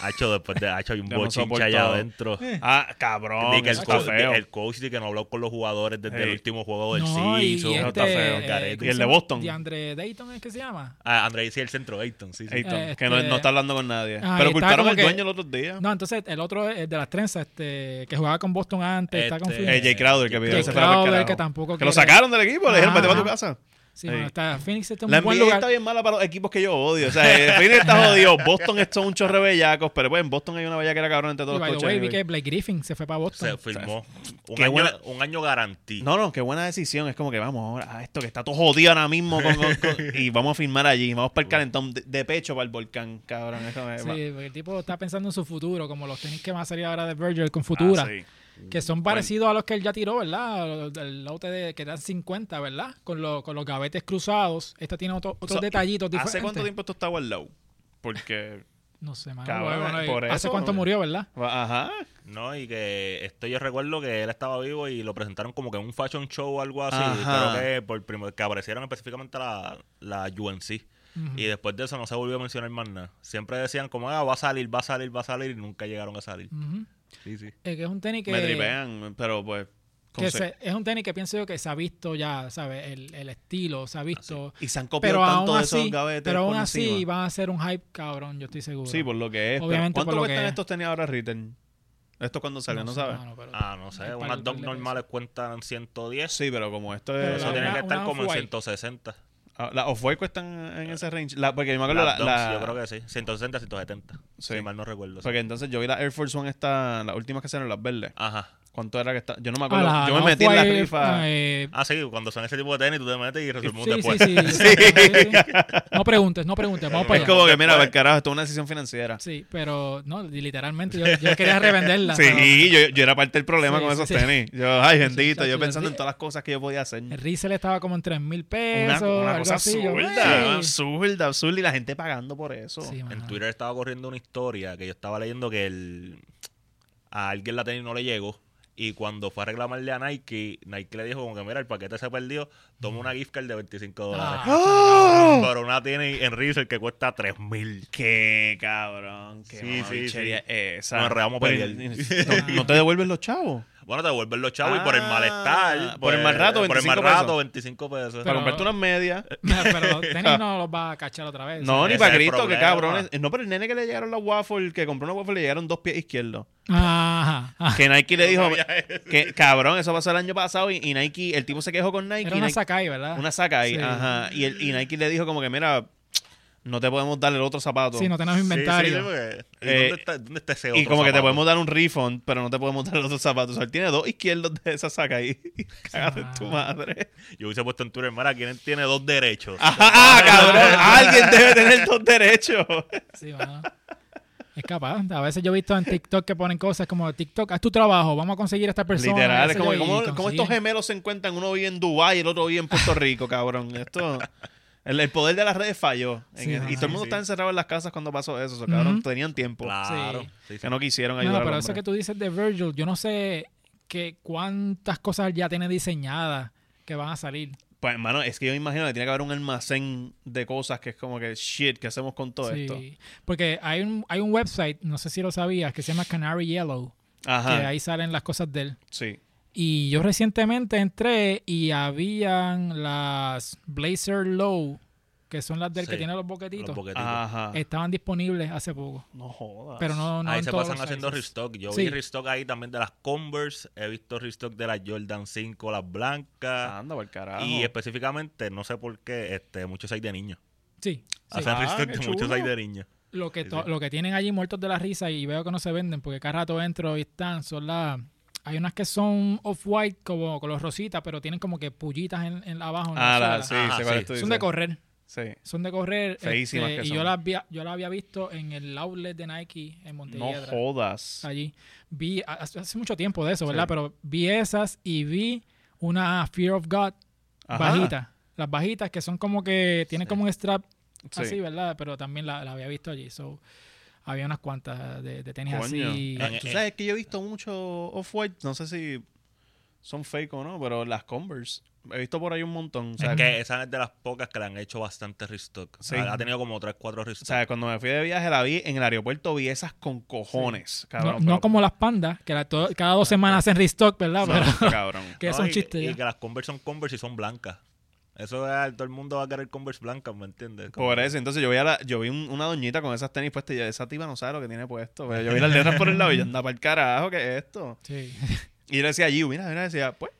Hacho, después de Hacho, hay un
Yo no
bochincha
soporto-
allá adentro.
Ah, cabrón,
Di que el,
eso
co-
está
di-
feo.
el coach di que no habló con los jugadores desde el
Ey.
último juego del
No, y-
season.
y
eso
este,
está feo,
eh,
Garete.
¿cómo
Y el
se
de
llama?
Boston.
DeAndre Dayton es que se llama.
Ah, André dice el centro Ayton, sí, sí.
Ey, Tom,
eh,
que no,
este-
no está hablando con nadie.
Ah,
pero
está
culparon
como
al
que-
dueño el otro día.
No, entonces el otro el de las trenzas, este, que jugaba con Boston antes, está
Este,
confundido.
Eh, Jay Crowder, que
Jay
pidió que se
Crowder,
fuera pa'l carajo.
que tampoco
Que lo
quiere-
sacaron del equipo, le dijeron,
Ajá.
vete para tu casa.
sí, bueno,
Ey.
está Phoenix está en
La
un buen
NBA
lugar.
está bien mala para los equipos que yo odio. O sea, eh, Phoenix está jodido. Boston es todo un chorre bellacos, pero pues en Boston hay una bellaquera cabrón entre
Y
todos los
by the
coches. eh.
way, vi
anyway.
que Blake Griffin se fue para Boston.
Se firmó. Un
Qué
año,
buena-
un año garantía.
No, no, qué buena decisión. Es como que vamos ahora a esto que está todo jodido ahora mismo con- con- con- y vamos a firmar allí. Vamos para el calentón de, de pecho para el volcán, cabrón. Eso me-
Sí,
va-
porque el tipo está pensando en su futuro, como los tenis que van a salir ahora de Virgil con Futura,
Ah, sí.
que son parecidos a los que él ya tiró, ¿verdad? El- El lote de que eran 50, ¿verdad? Con, los con los gavetes cruzados. Este tiene otro- otros
So,
detallitos diferentes.
¿Hace cuánto tiempo esto estaba al low? Porque.
No sé, mano.
Cabrón,
bueno, bueno,
por
¿Hace
eso,
cuánto
hombre.
murió, verdad?
Ajá.
No, y que esto yo recuerdo que él estaba vivo y lo presentaron como que en un fashion show o algo así.
Ajá.
Creo que, por prim- que aparecieron específicamente la, la UNC.
Ujú.
Y después de eso no se volvió a mencionar más nada. Siempre decían como, ah, va a salir, va a salir, va a salir y nunca llegaron a salir.
Ujú.
Sí, sí.
Eh, que es un tenis que...
Me tripean, pero pues.
que
conse-
se- es un tenis que pienso yo que se ha visto ya, ¿sabes? El, el estilo se ha visto.
y se han copiado
Pero
Ah, tanto
aún
de esos
así,
gavetes.
pero aún
por
así
encima.
van a ser un hype cabrón, yo estoy seguro.
Sí, por lo que es. pero
Obviamente por
¿Cuánto
lo
cuestan
que es.
estos tenis ahora retail? Esto cuando salgan, no,
sé,
sabes.
mano, pero-
Ah, no sé,
Hay par
unas
de
dos
par de
normales cuentan 110.
Sí, pero como esto
Pero
es.
Eso
la-
tiene
una-
que estar
una
como en
Off-White.
160.
Ah, Las off-white cuestan en ese range. La- porque yo me acuerdo
Las
la.
Dunks,
la-
Yo creo que sí. 160, 170.
Sí.
Si mal no recuerdo. sí.
Porque entonces yo vi la Air Force One, esta, las últimas que salieron, las verdes.
Ajá.
¿Cuánto era que está? Yo no me
Ah,
acuerdo.
la-
yo me
la
metí en la
Off-White,
rifa.
eh,
Ah, sí, cuando son ese tipo de tenis, tú te metes y resolvemos
sí, sí,
después.
sí, sí, sí. No preguntes, no preguntes. Vamos para
es
allá.
como que, mira, para el carajo, esto es una decisión financiera.
Sí, pero no, literalmente yo, yo quería revenderla.
Sí, yo, yo era parte del problema
Sí,
con
sí,
esos
sí.
tenis. Yo, ay, bendito,
chacho,
yo pensando en
sí.
todas las cosas que yo podía hacer.
El resell estaba como en 3 mil
Una,
pesos.
una
algo
cosa
así, yo,
absurda,
"Ey".
absurda, absurda. Y la gente pagando por eso.
Sí, mano.
En Twitter estaba corriendo una historia que yo estaba leyendo que el, a alguien la tenis no le llegó. Y cuando fue a reclamarle a Nike, Nike le dijo como que, mira, el paquete se perdió, toma una gift card de 25 dólares.
Ah,
¡Oh!
Por una tenis en Reese's que cuesta 3 mil.
Qué cabrón, qué
Sí,
sí,
sí,
esa.
Nos enredamos
Pero,
para
y-
allá.
¿No, no te devuelven los chavos?
Bueno, te devuelven los chavos y por el
Ah,
malestar. pues,
por el mal rato,
Por el
25
mal rato, 25 pesos.
Para
Pero-
comprarte unas medias.
Pero tenis no los va a cachar otra vez.
No,
ese
ni
es
para
el
Cristo, que
problema.
cabrones. No, pero el nene que le llegaron las waffles, que compró una waffle, le llegaron dos pies izquierdos.
Ajá. ajá.
Que Nike le dijo,
sabía eso.
que cabrón, eso pasó el año pasado y, y Nike, el tipo se quejó con Nike.
Era
y
una
Nike-
Sakai, ¿verdad?
una saca ahí,
Sí.
ajá. Y, el, y Nike le dijo como que, mira, no te podemos dar el otro zapato.
Sí, no tenemos
Sí, sí,
inventario.
sí, porque- ¿y
Eh,
¿dónde, está, ¿Dónde está ese otro
y como que te
zapato?
podemos dar un refund, pero no te podemos dar el otro zapato. O sea, él tiene dos izquierdos de esa saca ahí. Cágate en tu madre.
Yo hubiese puesto en Twitter, mira, ¿quién tiene dos derechos?
¡Ah, cabrón! Alguien debe tener dos derechos.
Sí, mano. Es capaz. A veces yo he visto en TikTok que ponen cosas como TikTok, haz tu trabajo, vamos a conseguir a esta persona.
Literal,
qué
es
sé
como,
yo, y
como- como
consiguen.
estos gemelos se encuentran, uno vive en Dubái y el otro vive en Puerto Rico, cabrón. Esto, el, el poder de las redes falló. En
Sí,
el- y
ajá.
todo el mundo
Sí,
está
sí.
encerrado en las casas cuando pasó eso, so, cabrón.
Ujú.
Tenían tiempo.
Claro.
Sí.
Sí, sí.
Que no quisieron
No,
ayudar
no, pero
al
eso que
hombre.
tú dices de Virgil, yo no sé que cuántas cosas ya tiene diseñadas que van a salir.
Pues, hermano, es que yo me imagino que tiene que haber un almacén de cosas que es como que, shit, ¿qué hacemos con todo
Sí.
esto?
Porque hay un, hay un website, no sé si lo sabías, que se llama Canary Yellow, que
Ajá,
ahí salen las cosas de él.
sí.
Y yo recientemente entré y habían las Blazer Low, que son las del que
Sí,
tiene los
Los
boquetitos.
boquetitos.
Ajá.
Estaban disponibles hace poco,
No jodas.
eh, pero no, no
ahí
en
se
todos
pasan
los
haciendo
sizes.
restock. Yo
Sí.
vi restock ahí también de las Converse. He visto restock de las Jordan 5, las blancas.
Anda, por carajo.
y específicamente, no sé por qué, este, muchos hay de niños.
Sí, sí.
Hacen
Ah,
restock
qué
de muchos
chulo.
hay de niños.
Lo que,
Sí,
to-
sí.
lo que tienen allí muertos de la risa y veo que no se venden porque cada rato entro y están, son las... Hay unas que son off-white como color rosita, pero tienen como que pullitas en, en abajo. en la
Ah,
suela.
la, sí,
Ajá,
sé cuál
sí.
tú
Son de
dices.
correr,
Sí.
son de correr.
Feísimas
este,
que
y yo
son.
las, vi- yo las había visto en el outlet de Nike en
No
Montevideo.
jodas.
allí. Vi, hace hace mucho tiempo de eso, ¿verdad?
Sí.
Pero vi esas y vi una Fear of God
Ajá.
bajita. Las bajitas que son como que tienen
Sí.
como un strap
Sí.
así, ¿verdad? Pero también la, la había visto allí. So, había unas cuantas de, de tenis
Coño.
así.
Ah,
En-
Tú
en-
sabes que yo he visto mucho Off-White, no sé si son fake o no, pero las Converse. He visto por ahí un montón. O sea,
Es que esa es de las pocas que le han hecho bastante restock.
Sí.
Ha ha tenido como 3, 4
o
restock.
sea, cuando me fui de viaje la vi en el aeropuerto, vi esas con cojones,
No,
cabrón.
no
pero-
como las pandas, que la- todo- cada dos semanas hacen restock, ¿verdad? Pero-
No, cabrón.
que
No,
eso es
y-
un chiste.
Y,
ya.
que las Converse son Converse y son blancas. Eso es, todo el mundo va a querer Converse blancas, ¿me entiendes? Como-
Por eso, entonces yo vi, a la- yo vi un- una doñita con esas tenis puestas y yo, esa tipa no sabe lo que tiene puesto. Pero yo vi las letras por el lado y yo, anda para el carajo, ¿qué es esto?
Sí.
Y yo le decía a Giu, mira, mira, decía, pues.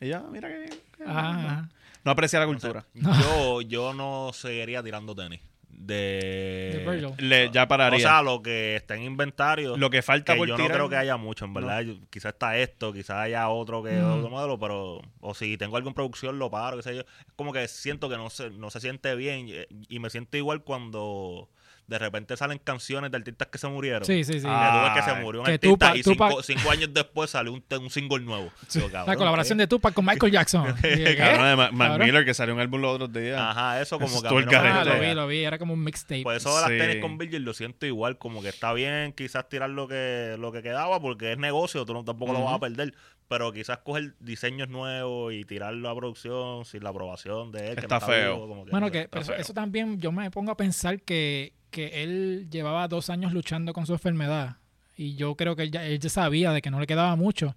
Y ella, mira que bien. que
Ajá,
bien".
ajá.
No aprecia la
o sea,
cultura.
yo, yo no seguiría tirando tenis. De,
De Virgil.
Le- ya pararía.
O sea, lo que está en inventario.
lo que falta
que
por
yo
tirar.
no creo que haya mucho, en verdad. Yo- Quizás está esto, quizás haya otro que
Mm.
otro modelo, pero. O si tengo alguna producción, lo paro, qué sé yo. Es como que siento que no se, no se siente bien. Y, y me siento igual cuando de repente salen canciones de artistas que se murieron.
Sí, sí, sí.
Me
Ah,
duele que se murió un
Que
artista
Tupac-
y cinco,
Tupac-
cinco años después salió un, te- un single nuevo. Digo,
la
cabrón,
colaboración
¿qué?
de Tupac con Michael Jackson. Dije, ¿qué?
Cabrón, de Ma- Mac
Cabrón.
Miller que salió un álbum los otros días.
Ajá, eso como
Eso
que a
estuvo el
mí no me
Ah, lo
carrete.
vi,
gusta.
lo vi. Era como un mixtape.
Por eso de las
Sí.
tenis con Virgil lo siento igual, como que está bien quizás tirar lo que, lo que quedaba porque es negocio, tú no, tampoco lo vas a
Ujú.
perder, pero quizás coger diseños nuevos y tirarlo a producción sin la aprobación de él. que
Está
no
feo.
vivo, como
Bueno,
no
que
sé,
pero eso,
está feo.
eso también yo me pongo a pensar que, que él llevaba dos años luchando con su enfermedad y yo creo que él ya, él ya sabía de que no le quedaba mucho.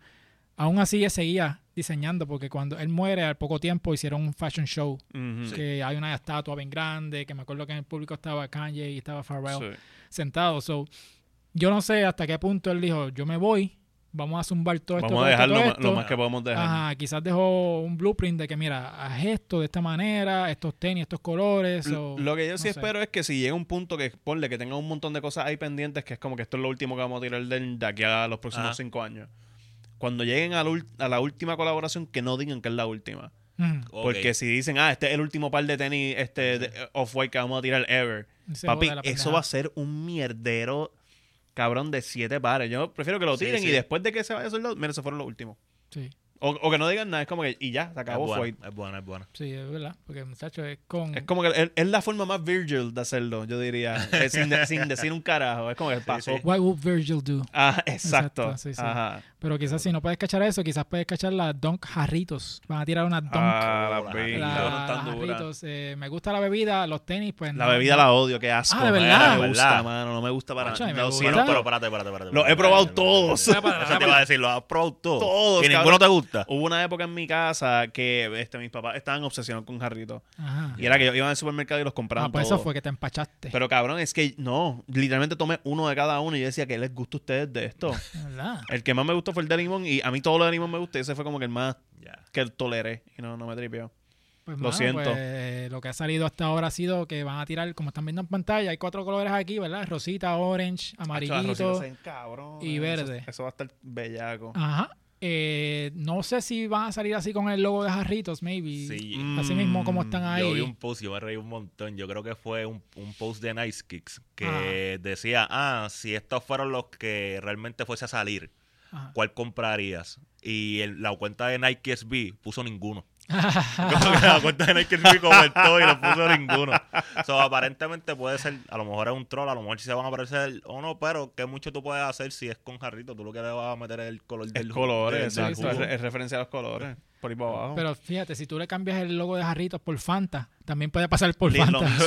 Aún así, él seguía diseñando porque cuando él muere al poco tiempo hicieron un fashion show
Ujú.
que hay una estatua bien grande que me acuerdo que en el público estaba Kanye y estaba Pharrell
Sí.
sentado. So, yo no sé hasta qué punto él dijo, yo me voy, vamos a zumbar todo esto.
Vamos
todo
a
esto,
dejarlo
todo
ma- lo
esto".
más que podemos dejar.
Ajá, quizás dejó un blueprint de que, mira, haz esto de esta manera, estos tenis, estos colores.
L-
o-
lo que yo sí
no sé.
espero es que si llega un punto que ponle que tenga un montón de cosas ahí pendientes, que es como que esto es lo último que vamos a tirar del- de, aquí a los próximos
Ajá.
cinco años. Cuando lleguen al ul- a la última colaboración, que no digan que es la última.
Mm,
Ok.
Porque si dicen, ah, este es el último par de tenis este, de- off-white que vamos a tirar ever.
se
Papi,
joda la
eso va a
pendeja.
ser un mierdero cabrón de siete pares. Yo prefiero que lo
Sí,
tiren
sí.
y después de que se vaya soldado, mira, esos fueron los últimos.
Sí,
O, o que no digan nada, es como que, y ya, se
es
acabó
buena,
Off-White.
es buena, es buena.
sí, es verdad. Porque, muchachos, es con.
Es como que es, es la forma más Virgil de hacerlo, yo diría. Es sin, de- sin decir un carajo. Es como que pasó.
sí.
What would Virgil do?
Ah, exacto.
Exacto, sí, sí.
Ajá.
Pero quizás si no puedes cachar eso, quizás puedes cachar las Dunk Jarritos. Van a tirar unas Dunk.
Ah,
Dunk.
la
la-
bebida.
la-
no
las
tan dura.
jarritos. Eh, me gusta la bebida, los tenis, pues.
La
no-
bebida
no.
la odio, qué asco.
Ah, de
No
verdad.
me gusta,
¿Verdad?
mano. No me gusta para
Macho, a mí me
nada. Lo
gusta.
siento,
Bueno,
¿Verdad?
pero espérate, espérate, espérate.
Los he
espérate,
probado
espérate,
todos.
espérate, espérate. Eso te iba a decir, los has probado todos.
Todos,
Y ninguno te
cabrón. Oh.
gusta.
Hubo una época en mi casa que este, mis papás estaban obsesionados con jarritos.
Ajá.
Y era que yo iba al supermercado y los compraban
Ah, pues
todos.
eso fue que te empachaste.
Pero cabrón, es que no, literalmente tomé uno de cada uno y yo decía que les gusta a ustedes de esto.
¿Verdad?
El que más me gustó fue el de limón y a mí todo lo de limón me gusta y ese fue como que el más
Ya.
que toleré y no, no me tripió.
Pues,
Lo siento.
pues, lo que ha salido hasta ahora ha sido que van a tirar, como están viendo en pantalla, hay cuatro colores aquí, ¿verdad? Rosita, orange, amarillito.
Cabrón,
y
eso-
verde. Ah,
Eso, va a estar bellaco.
Ajá. Eh, no sé si van a salir así con el logo de Jarritos, maybe.
Sí. Mm,
Así mismo como están ahí.
Yo vi un post, yo me reí un montón. Yo creo que fue un, un post de Nice Kicks que decía, ah, si estos fueron los que realmente fuese a salir,
Ajá.
¿cuál comprarías? Y el- la cuenta de Nike SB puso ninguno. Como que la cuenta de Nike SB comentó y no puso ninguno. So, aparentemente puede ser, a lo mejor es un troll, a lo mejor sí se van a aparecer o no, pero qué mucho tú puedes hacer si es con jarrito, tú lo que le vas a meter es el color del
El color,
del- del
exacto.
jugo.
Es, es referencia a los colores. Por ahí para abajo.
Pero fíjate, si tú le cambias el logo de Jarritos por Fanta, también puede pasar por
Lidl
Fanta.
lo mismo.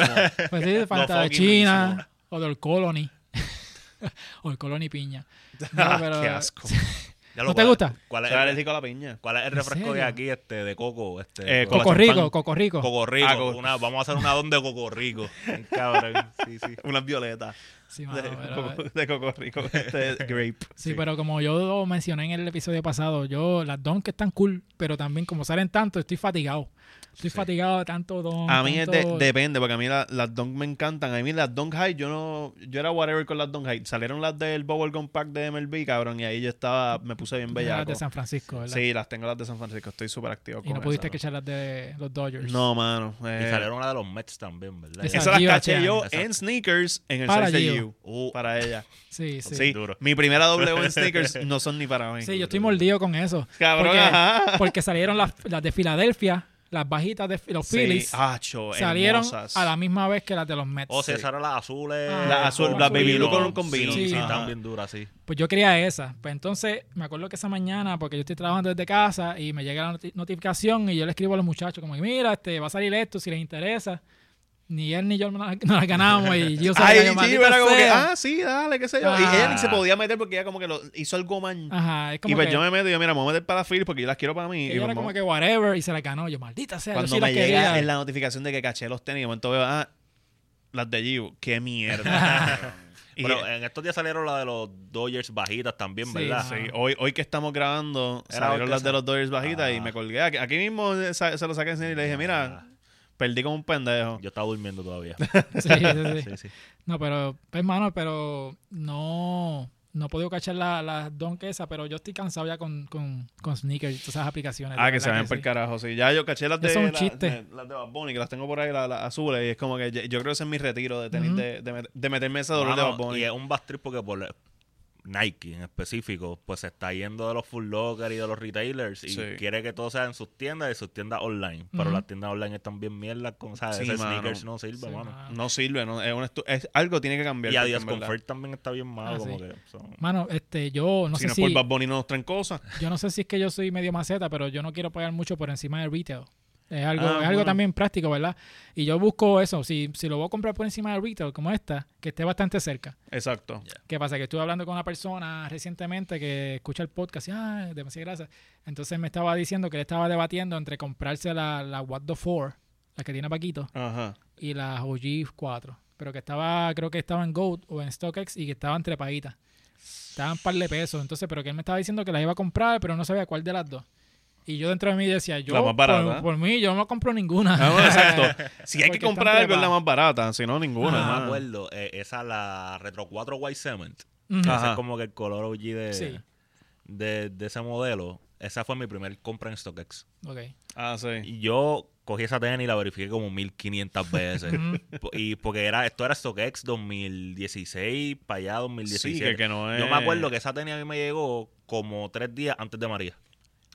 Pues sí, Fanta de
fucking
China
mismo.
o del Colony. o el Colony Piña. No, pero-
Qué asco.
Ya
¿No
lo-
te
cuál-
gusta?
¿Cuál es
Soy
el,
alérgico a la piña.
cuál es el
¿En
refresco de
serio?
aquí este, de coco? Este,
Eh,
con-
Coca
Coco Rico,
champán.
Coco Rico.
Coco Rico.
Ah, Coco-
Una, vamos a hacer una donde Coco Rico. Bien Cabrón. Sí, sí.
Unas violetas.
Sí, mano,
De,
pero-
coco- de coco rico. Este grape.
sí, pero como yo lo mencioné en el episodio pasado, yo las don que están cool, pero también como salen tanto, estoy fatigado. Estoy fatigado de tanto don.
A mí es de-
tanto-
depende, porque a mí la- las Dunk me encantan. A mí las Dunk High, yo no. Yo era whatever con las Dunk High. Salieron las del Bubblegum Pack de MLB, cabrón, y ahí yo estaba. Me puse bien
las
bellaco.
de San Francisco, ¿verdad?
Sí, las tengo las de San Francisco. Estoy súper activo
Y
con
no pudiste que
esas.
echar las de los Dodgers.
No, mano. eh,
Y salieron una de los Mets también, ¿verdad?
Exacto.
Esas las
Gio
caché
este
yo
año.
en sneakers en el
Para
6 de
Gio.
Gio,
Uh,
Para ella.
Sí, sí.
Sí,
Sí,
duro.
mi primera W en sneakers no son ni para mí.
yo estoy mordido con eso.
Cabrón,
porque,
ajá.
porque salieron las, las de Filadelfia, las bajitas de los
Sí,
Phillies,
acho,
salieron
hermosas. Oh,
a la misma vez que las de los Mets.
O sea, salieron las azules.
Ah.
Las azul-
con
las baby
vino.
blue con- con vino.
Sí, sí,
Ajá.
están bien duras, sí.
Pues yo quería esa. Pues entonces me acuerdo que esa mañana, porque yo estoy trabajando desde casa y me llega la noti- notificación y yo le escribo a los muchachos como, mira, este, va a salir esto si les interesa. Ni él ni yo no la- no la ganamos y yo
Ay,
cayó,
sí,
"Maldita
era como que,
sea".
ah, sí, dale, qué sé yo. Y
Ah.
ella ni se podía meter porque ella como que lo hizo algo man.
Ajá, es como
Y pues
que
yo me meto y yo, mira, me voy a meter para la fila porque yo las quiero para mí. Y
ella era
pues,
como
vamos.
que whatever y se la ganó. Yo, maldita sea,
Cuando
yo sí la
me llega
quería.
en la notificación de que caché los tenis, de momento veo, ah, las de Giu, qué mierda. Y-
Pero en estos días salieron las de los Dodgers bajitas también,
Sí,
¿verdad?
ajá.
Sí, hoy, hoy que estamos grabando,
Era
salieron
hoy que
las de
sa-
los Dodgers bajitas y
Ah.
me colgué. Aquí, aquí mismo eh, sa- se lo saqué encima y le dije, mira,
Ah.
perdí como un pendejo.
Yo estaba durmiendo todavía.
Sí, sí, sí.
Sí, sí.
No, pero, pues, hermano, pero no, no he podido cachar la, la donk esa, pero yo estoy cansado ya con, con, con sneakers, todas esas aplicaciones.
Ah,
de
que se
verdad
ven por carajo. Sí, ya yo caché las
Ya
de,
son un
la-
chiste.
de- las de Bad Bunny, que las tengo por ahí, la- las, azules. Y es como que yo, yo creo que ese es mi retiro de tenis,
Ujú.
de, de met- de meterme ese dolor de
Mano,
Bad Bunny.
y es un bastriz porque por Nike en específico, pues se está yendo de los Full Locker y de los retailers y
Sí.
quiere que todo sea en sus tiendas y sus tiendas online. Pero
Ujú.
las tiendas online están bien mierdas con, ¿sabes?
Sí,
Ese
mano.
sneakers no sirve,
Sí,
mano.
mano.
No sirve, no, es una estu- es- algo tiene que cambiar.
Y
porque
Adidas
en verdad,
Comfort también está bien malo,
Ah,
como
sí.
que son-
Mano, este, yo no
si
sé
no es
si,
por Bad Bunny no nos traen cosas.
yo no sé si es que yo soy medio maceta, pero yo no quiero pagar mucho por encima del retail. Es algo,
Ah,
es algo
bueno.
también práctico, ¿verdad? Y yo busco eso, si, si lo voy a comprar por encima del retail, como esta, que esté bastante cerca.
Exacto.
¿Qué pasa? Que estuve hablando con una persona recientemente que escucha el podcast y, ah, demasiadas gracias. Entonces me estaba diciendo que él estaba debatiendo entre comprarse la, la What the Four, la que tiene Paquito,
Ajá.
y la OG 4. Pero que estaba, creo que estaba en Goat o en StockX y que estaban trepaditas. Estaban par de pesos. Entonces, pero que él me estaba diciendo que las iba a comprar, pero no sabía cuál de las dos. Y yo dentro de mí decía, yo,
La más barata.
Por, por mí, yo no compro ninguna.
Ah, bueno, exacto. Si hay
Porque
que
están
comprar algo es la
trepadas.
más barata, si no ninguna.
Ah, me
hermano.
acuerdo, eh, esa la Retro 4 White Cement.
Ujú.
que
Ah.
ese
Ajá.
es como que el color OG de,
Sí.
de, de ese modelo. Esa fue mi primer compra en StockX.
Ok.
Ah, sí.
Y yo cogí esa tenis y la verifiqué como 1500 veces. Po- y porque era esto era StockX 2016, para allá 2017.
Sí, que, que no es.
Yo me acuerdo que esa tenis a mí me llegó como tres días antes de María.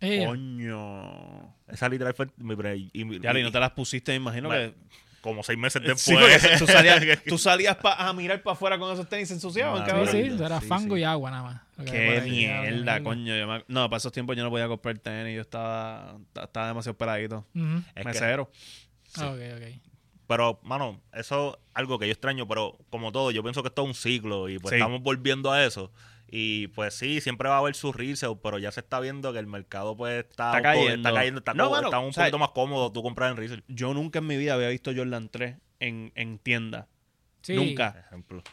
Eh,
Coño.
Esa literal fue mi pre- y- y-
Ya, y no te las pusiste, me imagino
Bueno,
que.
como seis meses
Sí,
después.
porque tú salías, tú salías pa- a mirar para afuera con esos tenis se ensuciaban,
Ah,
sí,
cabrón.
sí,
Cabrón,
era
sí,
fango
sí.
y agua nada más. Lo que había
Qué
por ahí,
mierda,
agua,
coño. yo me- No, para esos tiempos yo no podía comprar tenis. Yo estaba, estaba demasiado peladito.
Ujú.
Es que-
Mesero.
Ah, ok, ok.
pero, mano, eso es algo que yo extraño, pero como todo, yo pienso que esto es un ciclo y pues
Sí.
estamos volviendo a eso. Y pues sí, siempre va a haber sus resale, pero ya se está viendo que el mercado pues está,
Está
un poco-
cayendo.
está cayendo, está,
No,
co-
mano,
está un
o sea,
poquito más cómodo tú comprar en resale.
Yo nunca en mi vida había visto Jordan 3 en, en tienda. Nunca.
Por ejemplo.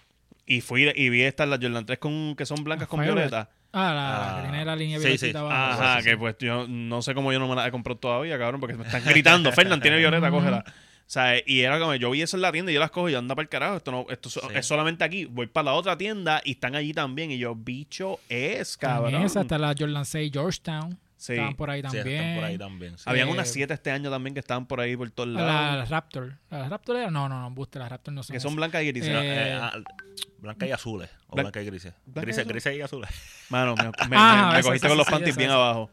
Y fui y vi estas, las Jordan 3 con, que son blancas con
Fire Red.
violeta.
Ah, la, la que
Ah,
tiene la línea
sí,
violetita
sí.
abajo.
Ajá, pues
sí, sí,
que pues yo no sé cómo yo no me las he comprado todavía, cabrón, porque me están gritando. Fernan tiene violeta, cógela. sea, y era como, yo vi eso en la tienda y yo las cojo y yo anda para el carajo, esto no, esto so-
Sí.
es solamente aquí, voy para la otra tienda y están allí también y yo, bicho es, cabrón.
También esa, hasta la Jordan 6 Georgetown.
Sí.
Estaban por ahí
Sí,
también.
están por ahí también. sí.
Ah,
Habían
Eh,
unas siete este año también que estaban por ahí por todos
A la,
lados,
la Raptor. ¿A ¿La Raptor era? No, no, no, buste, las Raptor no son.
que son
esas.
blancas y grises.
Eh,
Eh, ah, blancas y azules. O
Blan-
blancas y grises.
blancas y
Grises,
azules.
grises y azules.
Mano, me, me-
Ah,
me- me
esa,
cogiste
esa,
con los
sí,
panties
esa,
bien
esa.
abajo.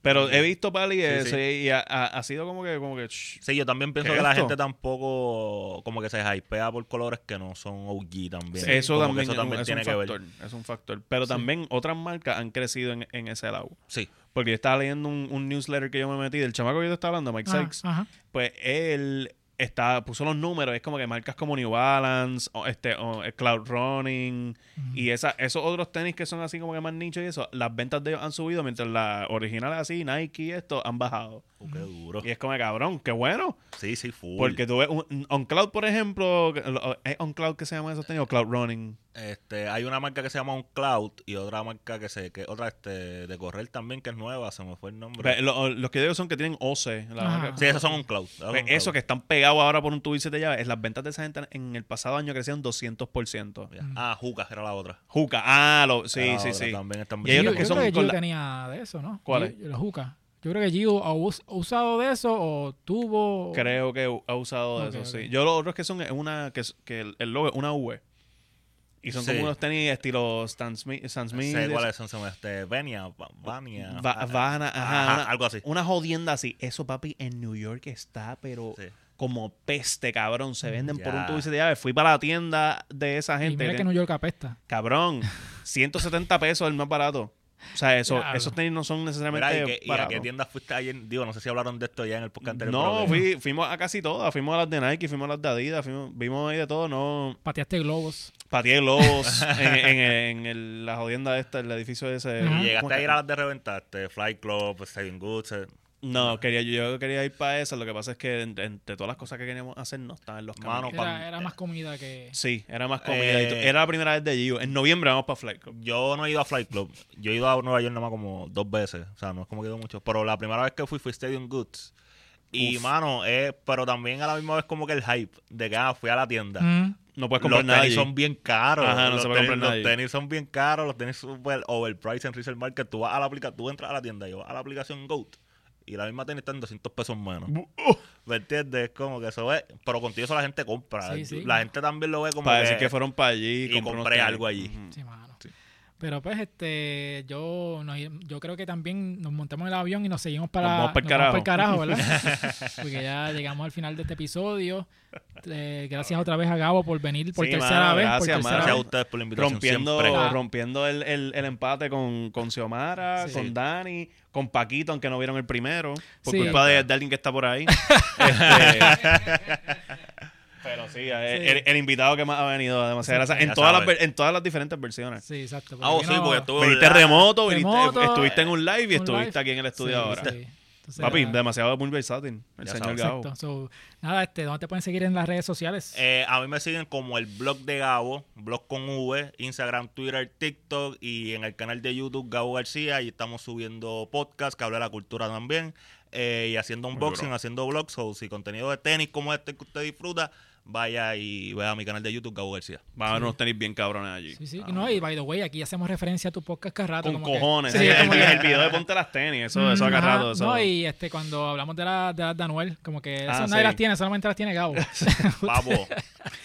Pero he visto, Pali, ese,
sí.
y ha, ha- ha sido como que, como que, shh,
Sí, yo también pienso
¿Qué
que
es
la
esto?
gente tampoco como que se hypea por colores que no son OG también.
eso
Como que
también,
eso también
es,
tiene
un
que
factor,
ver.
es un factor. Pero también otras marcas han crecido en, en ese lado.
Sí.
Porque yo estaba leyendo un, un newsletter que yo me metí del chamaco que yo estaba hablando, Mike
Ajá,
Sykes.
ajá.
Pues él está, puso los números, es como que marcas como New Balance, o este, o, eh, Cloud Running, y esa, esos otros tenis que son así como que más nicho y eso, las ventas de ellos han subido, mientras las originales así, Nike y esto, han bajado.
Uh, qué duro.
Y es como, cabrón, qué bueno.
Sí, sí, full.
Porque tú ves, un, OnCloud, por ejemplo, que- lo- ¿es OnCloud que se llama esos tenis o Cloud Running?
Este, hay una marca que se llama Cloud y otra marca que se que otra este, de correr también que es nueva, se me fue el
Pero
nombre.
lo- los que digo son que tienen OCE. la
Ajá.
marca.
Sí, esos son Cloud.
Pues eso que están pegados ahora por un tubo y siete llaves, las ventas de esa gente en el pasado año crecieron 200%.
Ah, Juca era la otra.
Juca, ah, lo, sí,
Era la
sí,
otra,
sí.
También están
Y hay
Yo,
otros
yo
que son
creo que
con
Gio
la-
tenía de eso, ¿no?
¿Cuáles?
Gio- Los Juca. Yo creo que Gio ha us- ha usado de eso o tuvo.
Creo que ha usado de
Ok,
eso,
ok.
sí. Yo lo otro es que son una, que, es- que el, el logo es una V. Y son
Sí.
como unos tenis estilo Stan Smith. Stan Smith
sé cuáles son, son este, Venia, Va- Vania.
Va-
ah,
Vana, ajá,
ajá,
una-
algo así.
Una jodienda así. Eso, papi, en New York está, pero
Sí.
como peste, cabrón. Se venden por un
Ya.
tubo y siete llaves. Fui para la tienda de esa
Y
gente.
mira que
Ten-
New York apesta.
Cabrón, 170 pesos el más barato. O sea, eso,
Diablo.
esos tenis no son necesariamente
Mira, ¿y, qué- y a
baratos.
qué tienda fuiste ayer? Digo, no sé si hablaron de esto ya en el podcast anterior.
No,
pero-
fui- fuimos a casi todas. Fuimos a las de Nike, fuimos a las de Adidas, fuimos- vimos ahí de todo. No,
Pateaste globos.
pateé globos en, en- en el- la jodienda esta, el edificio ese.
Y
Y
Ajá.
llegaste a ir a las de reventar, este, Fly Club, Saving Goods. eh,
No, quería, yo quería ir para esa. Lo que pasa es que en- entre todas las cosas que queríamos hacer no estaban los
Mano,
caminos.
Era,
pan-
era más comida que.
Sí, era más comida.
Eh.
y to- era la primera vez de Gio. En noviembre vamos para Flight Club.
Yo no he ido a Flight Club. Yo he ido a Nueva York nada más como dos veces. O sea, no es como que he ido mucho. Pero la primera vez que fui fue Stadium Goods. Y,
Uf.
mano, eh, pero también a la misma vez como que el hype de que ah, fui a la tienda.
Mm.
No puedes
Los
comprar nada.
tenis
allí.
son bien caros.
Ajá, no
los
se puede
tenis,
comprar nada
Los
allí.
tenis son bien caros. Los tenis super overpriced en Resale Market. Tú vas a la aplicación, tú entras a la tienda, yo vas a la aplicación Goat y la misma tenis está en 200 pesos menos.
¡Oh!
¿Me entiendes? Es como que eso es. Pero contigo eso la gente compra.
Sí, sí.
La gente también lo ve como
para
que,
decir que fueron para allí.
y
compré unos
compré
tenis.
algo allí.
Ujú.
Sí, mano.
Sí.
Pero pues, este, yo, nos- yo creo que también nos montamos en el avión y nos seguimos para,
Nos vamos pa'l
vamos pa'l carajo, ¿verdad? Porque ya llegamos al final de este episodio. Eh, gracias otra vez a Gabo por venir por
Sí,
tercera
mano,
vez. por
gracias,
tercera
mano.
Gracias a
vez.
ustedes por la invitación.
Rompiendo,
siempre.
rompiendo el, el- el empate con, con Xiomara,
Sí.
con Dani, con Paquito, aunque no vieron el primero. Por
Sí.
culpa de, de alguien que está por ahí. Este, pero sí, eh, El, el invitado que más ha venido, demasiadas gracias. En
Ya
todas, las,
sabes.
ver- en todas las diferentes versiones.
Sí, exacto.
oh,
Ah, vos sí,
vino-
porque estuvo.
Viniste remoto, viniste-
Remoto,
estuviste en un live y
un
estuviste
live.
aquí en el estudio
Sí,
ahora.
sí. Entonces,
Papi,
nada,
demasiado muy versátil. El
Ya
señor
sabes.
Gabo.
Exacto. So, nada, este, ¿dónde te pueden seguir en las redes sociales?
Eh, a mí me siguen como el blog de Gabo, blog con V, Instagram, Twitter, TikTok y en el canal de YouTube Gabo García. Y estamos subiendo podcast que habla de la cultura también eh, y haciendo unboxing,
duro.
haciendo blogs. O si contenido de tenis como este que usted disfruta, vaya y vea mi canal de YouTube Gabo García.
Vamos a ver unos tenis bien cabrones allí. Ah.
sí, sí, no, y by the way, aquí hacemos referencia a tu podcast cada rato.
Con
como que-
cojones.
Sí,
el,
como que-
el video de Ponte las tenis, eso, eso
Mm,
ha agarrado.
ajá.
eso.
No, y este, cuando hablamos de las de, las de Anuel, como que esas
Ah,
nadie
sí.
las tiene, solamente las tiene Gabo.
Papo.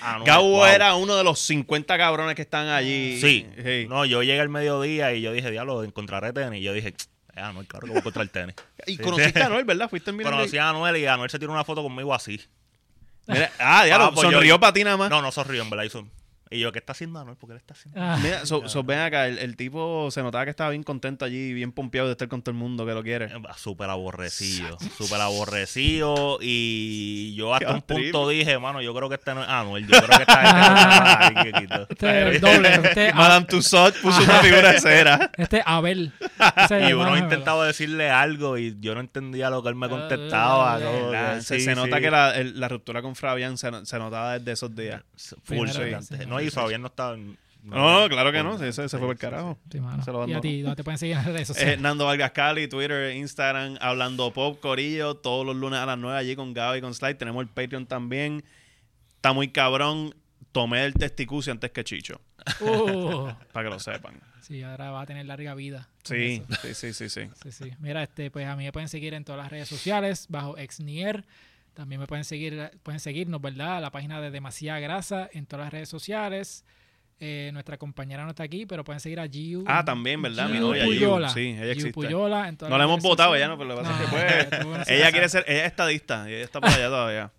ah, no,
Gabo
wow.
era uno de los 50 cabrones que están allí.
Sí. No, yo llegué al mediodía y yo dije, diablo, encontraré tenis. Y yo dije, ah, no, claro que voy a encontrar tenis.
Y
Sí.
conociste a Noel, ¿verdad? Fuiste en Miramar.
Conocí a Anuel y Anuel se tiró una foto conmigo así.
Mira, ah, diablo,
Ah, pues
sonrió
yo-
para ti nada más.
No, no sonrió, en verdad. hizo- Y yo, ¿qué está haciendo Anuel? ¿Por qué le está haciendo?
Ah,
Mira, so, so, ven acá, el, el tipo se notaba que estaba bien contento allí, bien pompeado de estar con todo el mundo que lo quiere.
Eh, Súper aborrecido, súper aborrecido. Y yo hasta
Qué
un
horrible.
punto dije, mano, yo creo que este no es Anuel. Yo creo que esta gente no está mal, chiquito.
este
eh.
es doble, este, a,
Madame Tussauds puso una figura de cera.
este es Abel. Ese es
Y
el
uno
hermano
intentaba decirle algo y yo no entendía lo que él me
Ah,
contestaba. como que
Nah, se,
sí,
se
sí.
nota que la, el- la ruptura con Fabián se, no- se notaba desde esos días.
Full,
Primero,
sí.
sí.
No, y Fabián no estaba... en-
No, no, claro que no. Ese, ese fue por el carajo.
Sí, mano.
Se
y
lo abandono.
a ti, ¿dónde te pueden seguir en las redes
Eh,
sociales?
Nando Vargas Cali, Twitter, Instagram, Hablando Pop, Corillo, todos los lunes a las 9 allí con Gaby, con Slide. Tenemos el Patreon también. Está muy cabrón. Tomé el testicucio antes que Chicho,
Uh,
para que lo sepan.
sí, ahora va a tener larga vida. con
Sí,
eso.
sí, sí, sí, sí.
Sí, sí. Mira, este, pues a mí me pueden seguir en todas las redes sociales, bajo exnier. También me pueden seguir, pueden seguirnos, ¿verdad? A la página de Demasiada Grasa en todas las redes sociales. Eh, nuestra compañera no está aquí, pero pueden seguir a Giu.
Ah, también, ¿verdad? Mi
Giu
novia, Giu.
Puyola.
Sí, ella
Giu
existe.
Puyola en todas
No
las
la hemos
redes
votado
sociales.
ya, no, pero lo que pasa es que
No,
pues,
tú no sabes.
Ella quiere ser, ella es estadista, y ella está por allá todavía.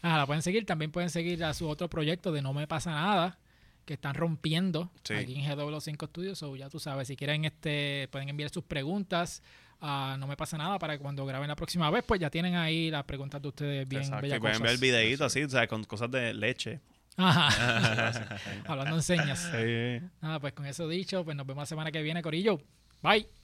Ah, la pueden seguir. También pueden seguir a su otro proyecto de No Me Pasa Nada, que están rompiendo
Sí.
aquí en GW5 Studios. O ya tú sabes, si quieren, este, pueden enviar sus preguntas a No Me Pasa Nada para que cuando graben la próxima vez, pues ya tienen ahí las preguntas de ustedes bien
Exacto.
bellas
Y pueden ver el
cosas.
videíto así, o sea, con cosas de leche.
Ajá. Hablando en señas.
Sí.
Nada, pues con eso dicho, pues nos vemos la semana que viene, Corillo. Bye.